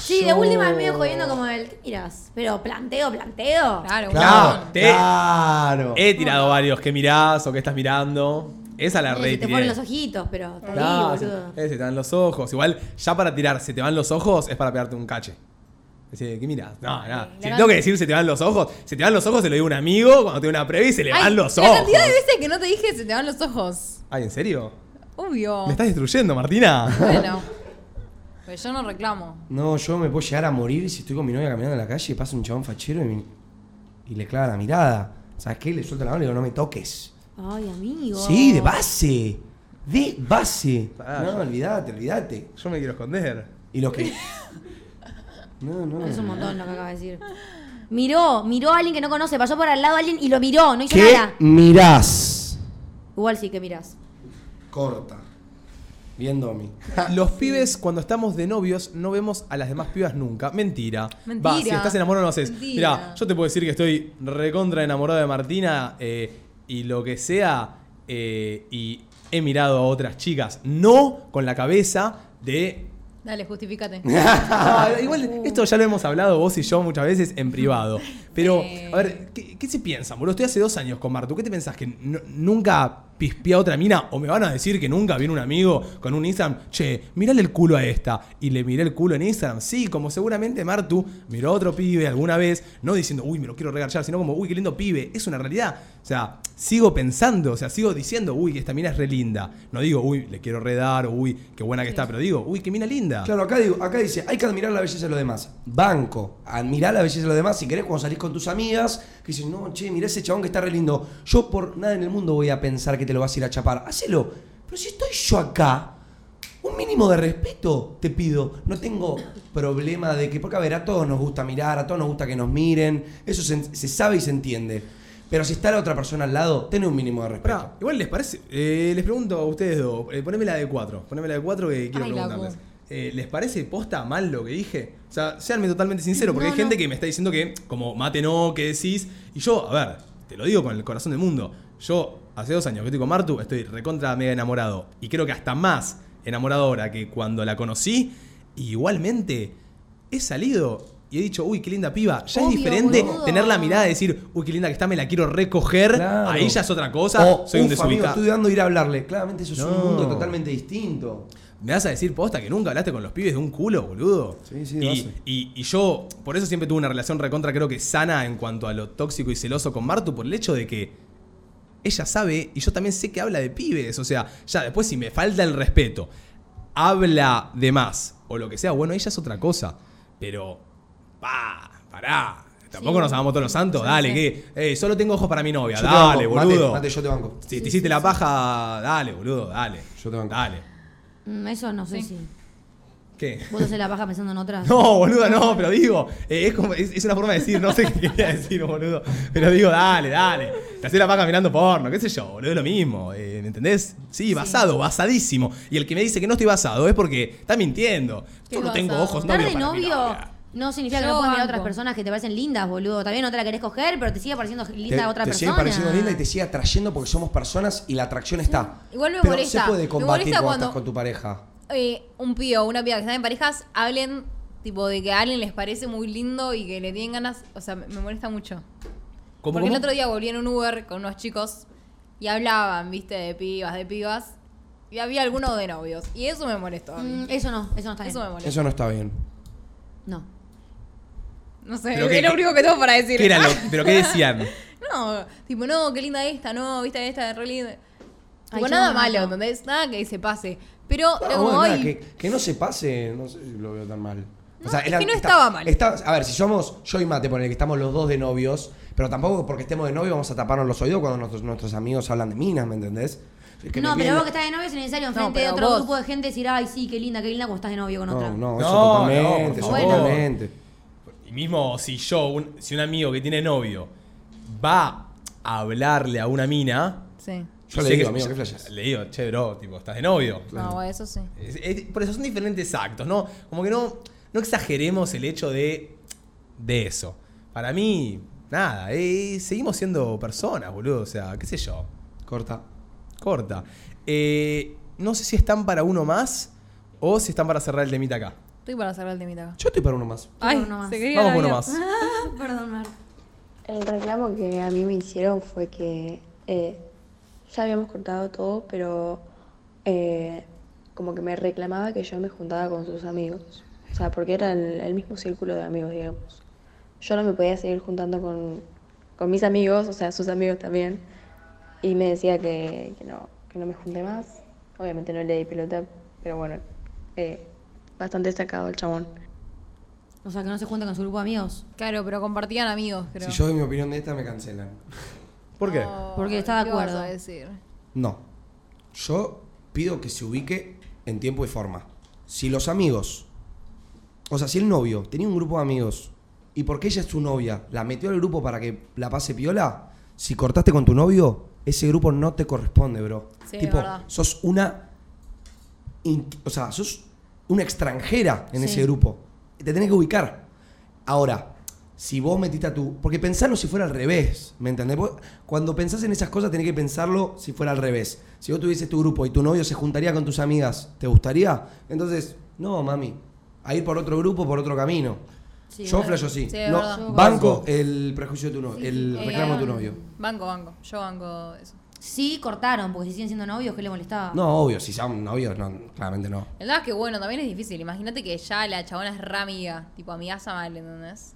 Speaker 3: Sí, de última es medio jodiendo como el. ¿Qué mirás? Pero planteo, planteo.
Speaker 4: Claro, un
Speaker 2: Claro,
Speaker 4: chabón.
Speaker 1: te- eh,
Speaker 2: claro.
Speaker 1: He tirado varios que mirás o que estás mirando. Esa la
Speaker 3: Mira, se
Speaker 1: rey.
Speaker 3: te ponen los ojitos, pero está
Speaker 1: Claro,
Speaker 3: ahí,
Speaker 1: se,
Speaker 3: boludo.
Speaker 1: eh, se te van los ojos. Igual, ya para tirar, se te van los ojos es para pegarte un cache. Decir, "Eh, ¿qué miras? No, no. Si te tengo que decir, se te van los ojos. Se te van los ojos, se lo digo a un amigo cuando tiene una previa y se le
Speaker 4: Ay,
Speaker 1: van los
Speaker 4: La
Speaker 1: ojos.
Speaker 4: cantidad de veces que no te dije se te van los ojos.
Speaker 1: Ay, ¿en serio?
Speaker 4: Obvio.
Speaker 1: Me estás destruyendo, Martina.
Speaker 4: Bueno. Pero yo no reclamo.
Speaker 2: No, yo me puedo llegar a morir si estoy con mi novia caminando en la calle y pasa un chabón fachero y, me- y le clava la mirada. ¿Sabes qué? Le suelto la mano y le digo, no me toques.
Speaker 3: Ay, amigo.
Speaker 2: Sí, de base. De base.
Speaker 1: Pará,
Speaker 2: no,
Speaker 1: yo-
Speaker 2: olvídate, olvídate.
Speaker 1: Yo me quiero esconder.
Speaker 2: Y
Speaker 1: [laughs]
Speaker 2: lo que. No, no.
Speaker 3: Es un montón lo que acaba de decir. Miró, miró a alguien que no conoce, pasó por al lado a alguien y lo miró, no hizo
Speaker 2: ¿Qué
Speaker 3: nada.
Speaker 2: mirás?
Speaker 3: Igual sí que mirás.
Speaker 2: Corta. Bien, Domi.
Speaker 1: [laughs] Los pibes, cuando estamos de novios, no vemos a las demás pibas nunca. Mentira.
Speaker 4: Mentira.
Speaker 1: Va, si estás enamorado, no lo haces.
Speaker 4: Mentira.
Speaker 1: Mirá, yo te puedo decir que estoy recontra enamorado de Martina eh, y lo que sea. eh, y he mirado a otras chicas. No con la cabeza de.
Speaker 4: Dale, justifícate.
Speaker 1: Ah, igual, esto ya lo hemos hablado vos y yo muchas veces en privado. Pero,
Speaker 4: Sí.
Speaker 1: a ver, ¿qué, qué se piensan, boludo? Estoy hace dos años con Martu. ¿Qué te pensás? ¿Que nu- nunca pispé a otra mina? ¿O me van a decir que nunca viene un amigo con un Instagram? Che, mirale el culo a esta. Y le miré el culo en Instagram. Sí, como seguramente Martu miró a otro pibe alguna vez, no diciendo, uy, me lo quiero regarchar, sino como, uy, qué lindo pibe. Es una realidad. O sea, sigo pensando, o sea, sigo diciendo, uy, que esta mina es re linda. No digo, uy, le quiero redar, o, uy, qué buena que está, pero digo, uy, qué mina linda.
Speaker 2: Claro, acá, digo, acá dice, hay que admirar la belleza de los demás. Banco, admirar la belleza de los demás. Si querés, cuando salís con tus amigas, que dicen, no, che, mirá ese chabón que está re lindo. Yo por nada en el mundo voy a pensar que te lo vas a ir a chapar. Hacelo. Pero si estoy yo acá, un mínimo de respeto te pido. No tengo problema de que, porque a ver, a todos nos gusta mirar, a todos nos gusta que nos miren. Eso se, se sabe y se entiende. Pero si está la otra persona al lado, ten un mínimo de respeto.
Speaker 1: Pará, igual les parece. eh, les pregunto a ustedes dos. eh, poneme la de cuatro. Poneme la de cuatro que quiero
Speaker 4: Ay, la
Speaker 1: preguntarles.
Speaker 4: voz.
Speaker 1: Eh, ¿Les parece posta mal lo que dije? O sea, seanme totalmente sincero, porque
Speaker 4: No,
Speaker 1: hay gente
Speaker 4: no.
Speaker 1: que me está diciendo que, como mate no, que decís. Y yo, a ver, te lo digo con el corazón del mundo. Yo, hace dos años que estoy con Martu, estoy recontra mega enamorado. Y creo que hasta más enamorado ahora que cuando la conocí. Y igualmente, he salido y he dicho, uy, qué linda piba. Ya es
Speaker 3: Obvio,
Speaker 1: diferente
Speaker 3: boludo.
Speaker 1: tener la mirada de decir, uy, qué linda que está, me la quiero recoger.
Speaker 2: Claro.
Speaker 1: Ahí ya es otra cosa.
Speaker 2: O,
Speaker 1: soy un
Speaker 2: "Uf, amigo,
Speaker 1: desubicado.
Speaker 2: estoy dando ir a hablarle. Claramente eso es
Speaker 1: No.
Speaker 2: un mundo totalmente distinto.
Speaker 1: ¿Me vas a decir posta que nunca hablaste con los pibes de un culo, boludo?
Speaker 2: Sí, sí, de
Speaker 1: y,
Speaker 2: base.
Speaker 1: y, y yo, por eso siempre tuve una relación recontra, creo que sana en cuanto a lo tóxico y celoso con Martu, por el hecho de que ella sabe y yo también sé que habla de pibes. O sea, ya después si me falta el respeto, habla de más o lo que sea, bueno, ella es otra cosa. pero. Pa, pará. Tampoco nos amamos todos los santos. dale, que. eh, solo tengo ojos para mi novia.
Speaker 2: Yo te
Speaker 1: dale,
Speaker 2: banco, mate,
Speaker 1: boludo.
Speaker 2: mate, yo te banco.
Speaker 1: Si te hiciste la paja, dale, boludo, dale.
Speaker 2: Yo te banco.
Speaker 1: Dale.
Speaker 3: Mm, Eso no sé si.
Speaker 1: ¿Qué? [laughs]
Speaker 3: Vos haces la paja pensando en otras.
Speaker 1: No, boluda, no, pero digo, eh, es, como- es- es una forma de decir, no sé [laughs] qué quería decir, boludo. Pero digo, dale, dale. Te hacés la paja mirando porno, qué sé yo, boludo, es lo mismo. eh, ¿Me entendés? Sí, basado, basadísimo. Y el que me dice que no estoy basado es porque está mintiendo. Yo no tengo ojos, no
Speaker 3: Estar
Speaker 1: veo
Speaker 3: de
Speaker 1: para mí.
Speaker 3: novio no significa que
Speaker 4: Yo
Speaker 3: no puedas mirar a otras
Speaker 4: banco.
Speaker 3: personas que te parecen lindas, boludo. También no te la querés coger, pero te sigue pareciendo linda
Speaker 2: te,
Speaker 3: otra
Speaker 2: te sigue
Speaker 3: persona.
Speaker 2: pareciendo linda y te sigue atrayendo porque somos personas y la atracción está.
Speaker 4: Igual me
Speaker 2: Pero
Speaker 4: molesta.
Speaker 2: se puede
Speaker 4: Me
Speaker 2: combatir
Speaker 4: molesta
Speaker 2: cuando,
Speaker 4: cuando-
Speaker 2: estás con tu pareja.
Speaker 4: eh, un pío o una pía que están en parejas hablen tipo de que a alguien les parece muy lindo y que le tienen ganas, o sea, me me molesta mucho.
Speaker 1: ¿Cómo,
Speaker 4: Porque
Speaker 1: cómo?
Speaker 4: el otro día volví en un Uber con unos chicos y hablaban, viste, de pibas, de pibas. Y había algunos de novios. Y eso me molestó. a mí.
Speaker 3: Mm, eso no, eso no está bien.
Speaker 4: Eso me molesta.
Speaker 2: Eso no está bien.
Speaker 3: No.
Speaker 4: No sé,
Speaker 1: ¿Pero
Speaker 4: es
Speaker 1: qué-
Speaker 4: lo único que tengo para decir.
Speaker 1: ¿Qué era lo- ¿Pero qué decían?
Speaker 4: [laughs] No, tipo, no, qué linda esta, no, viste, esta es re linda.
Speaker 3: Ay,
Speaker 4: Tipo,
Speaker 3: yo
Speaker 4: nada
Speaker 3: me
Speaker 4: malo,
Speaker 3: mato.
Speaker 4: ¿entendés? Nada que se pase. Pero, era
Speaker 2: Ah,
Speaker 4: como,
Speaker 2: bueno, nada,
Speaker 4: "Ay,
Speaker 2: que, que no se pase, no sé si lo veo tan mal.
Speaker 4: No, es que no estaba mal.
Speaker 2: está- a ver, si somos yo y Mate, por el que estamos los dos de novios, pero tampoco porque estemos de novios vamos a taparnos los oídos cuando nuestros, nuestros amigos hablan de minas, ¿me entendés? Es que me
Speaker 3: no, pero
Speaker 2: piden-
Speaker 3: vos que estás de novio es
Speaker 4: No,
Speaker 3: necesario enfrente de
Speaker 4: pero
Speaker 3: otro
Speaker 4: vos-
Speaker 3: grupo de gente decir, ay, sí, qué linda, qué linda cuando estás de novio con otra.
Speaker 2: No, no, eso
Speaker 1: No, no, por
Speaker 2: totalmente, eso
Speaker 1: favor.
Speaker 2: totalmente.
Speaker 1: Y mismo si yo, un- si un amigo que tiene novio va a hablarle a una mina,
Speaker 4: Sí.
Speaker 2: Yo le
Speaker 1: sé
Speaker 2: digo,
Speaker 1: que-
Speaker 2: amigo, ¿qué flashás?
Speaker 1: Le digo, che, bro, tipo, estás de novio.
Speaker 4: No, eso sí.
Speaker 1: Es- es- por eso son diferentes actos, ¿no? Como que no, no exageremos el hecho de, de eso. Para mí, nada, eh, seguimos siendo personas, boludo. O sea, qué sé yo.
Speaker 2: Corta.
Speaker 1: Corta. Eh, no sé si están para uno más o si están para cerrar el temita acá.
Speaker 4: Estoy para cerrar el temita acá.
Speaker 2: Yo estoy para uno más.
Speaker 4: Ay,
Speaker 3: uno más.
Speaker 4: se quería
Speaker 1: Vamos
Speaker 4: la
Speaker 1: con uno
Speaker 4: vida.
Speaker 1: más.
Speaker 3: Perdón, Mar.
Speaker 6: El reclamo que a mí me hicieron fue que eh, ya habíamos cortado todo, pero eh, como que me reclamaba que yo me juntaba con sus amigos. O sea, porque era el, el mismo círculo de amigos, digamos. Yo no me podía seguir juntando con, con mis amigos, o sea, sus amigos también. Y me decía que, que no, que no me junte más. Obviamente no le di pelota, pero bueno, eh, bastante sacado el chabón.
Speaker 3: O sea, que no se junta con su grupo de amigos.
Speaker 4: Claro, pero compartían amigos, creo.
Speaker 2: Si yo doy mi opinión de esta, me cancelan.
Speaker 1: ¿Por qué?
Speaker 3: Porque está de
Speaker 4: ¿qué vas
Speaker 3: acuerdo.
Speaker 4: a decir?
Speaker 2: No. Yo pido que se ubique en tiempo y forma. Si los amigos, o sea, si el novio tenía un grupo de amigos y porque ella es su novia, la metió al grupo para que la pase piola, si cortaste con tu novio, ese grupo no te corresponde, bro.
Speaker 4: Sí,
Speaker 2: tipo,
Speaker 4: es verdad.
Speaker 2: sos una. in- o sea, sos una extranjera en
Speaker 3: Sí.
Speaker 2: ese grupo. Te tenés que ubicar. Ahora, si vos metiste a tu. Porque pensarlo si fuera al revés, ¿me entendés? Vos, cuando pensás en esas cosas, tenés que pensarlo si fuera al revés. Si vos tuvieses tu grupo y tu novio se juntaría con tus amigas, ¿te gustaría? Entonces, no, mami. A ir por otro grupo, por otro camino.
Speaker 3: Sí,
Speaker 2: yo,
Speaker 3: bueno.
Speaker 2: flasho, sí.
Speaker 4: Sí, es
Speaker 2: No,
Speaker 4: verdad.
Speaker 2: banco el prejuicio de tu novio, el reclamo de tu
Speaker 4: Eh,
Speaker 2: novio.
Speaker 4: Banco, banco. Yo banco eso.
Speaker 3: Sí, cortaron, porque si siguen siendo novios, ¿qué le molestaba?
Speaker 2: No, obvio, si son novios, no, claramente no.
Speaker 4: La verdad es que bueno, también es difícil. Imagínate que ya la chabona es re amiga. Tipo, amigaza mal, ¿entendés?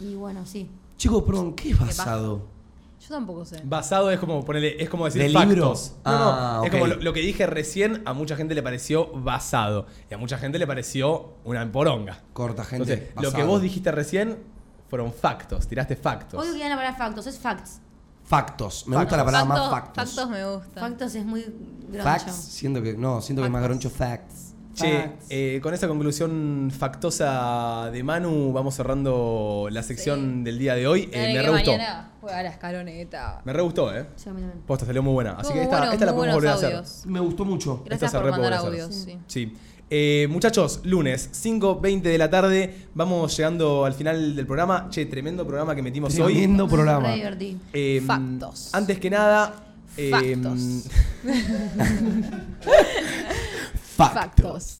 Speaker 3: Y bueno, sí.
Speaker 2: Chicos, perdón, ¿qué es basado?
Speaker 4: Yo tampoco sé.
Speaker 1: Basado es como ponerle, es como decir
Speaker 2: ¿De
Speaker 1: factos.
Speaker 2: libros?
Speaker 1: No, no,
Speaker 2: Ah,
Speaker 1: es como
Speaker 2: ok.
Speaker 1: lo, lo que dije recién, a mucha gente le pareció basado y a mucha gente le pareció una emporonga.
Speaker 2: Corta, gente.
Speaker 1: Entonces, lo
Speaker 2: basado.
Speaker 1: que vos dijiste recién fueron factos, tiraste factos.
Speaker 3: Obvio que iban a hablar factos, es facts.
Speaker 2: Factos. Me gusta la palabra más factos.
Speaker 4: Factos me gusta.
Speaker 3: Factos es muy
Speaker 2: Facts,
Speaker 3: groncho.
Speaker 2: siento que. No, siento que más groncho facts.
Speaker 1: Che,
Speaker 2: Facts.
Speaker 1: eh, con esa conclusión factosa de Manu, vamos cerrando la sección del día de hoy. Eh,
Speaker 4: Dale,
Speaker 1: me
Speaker 4: que
Speaker 1: re gustó.
Speaker 4: mañana juega la escaloneta.
Speaker 1: Me re gustó, ¿eh?
Speaker 3: Sí, a mí también.
Speaker 1: Posta, salió muy buena. Así
Speaker 4: Estuvo
Speaker 1: que
Speaker 4: muy
Speaker 1: esta,
Speaker 4: bueno,
Speaker 1: esta la
Speaker 4: muy
Speaker 1: podemos volver a
Speaker 4: buenos
Speaker 1: hacer.
Speaker 4: audios.
Speaker 2: Me gustó mucho.
Speaker 4: Gracias
Speaker 1: Esta se
Speaker 4: por
Speaker 1: re
Speaker 4: mandar
Speaker 1: puede hacer.
Speaker 4: audios. Sí.
Speaker 1: Sí. Eh, muchachos, lunes, 5.20 de la tarde. Vamos llegando al final del programa. Che, tremendo programa que metimos hoy.
Speaker 2: Tremendo programa.
Speaker 3: Re divertido.
Speaker 1: Eh,
Speaker 4: Factos.
Speaker 1: Antes que nada. eh,
Speaker 4: Factos.
Speaker 1: Factos.
Speaker 4: Factos.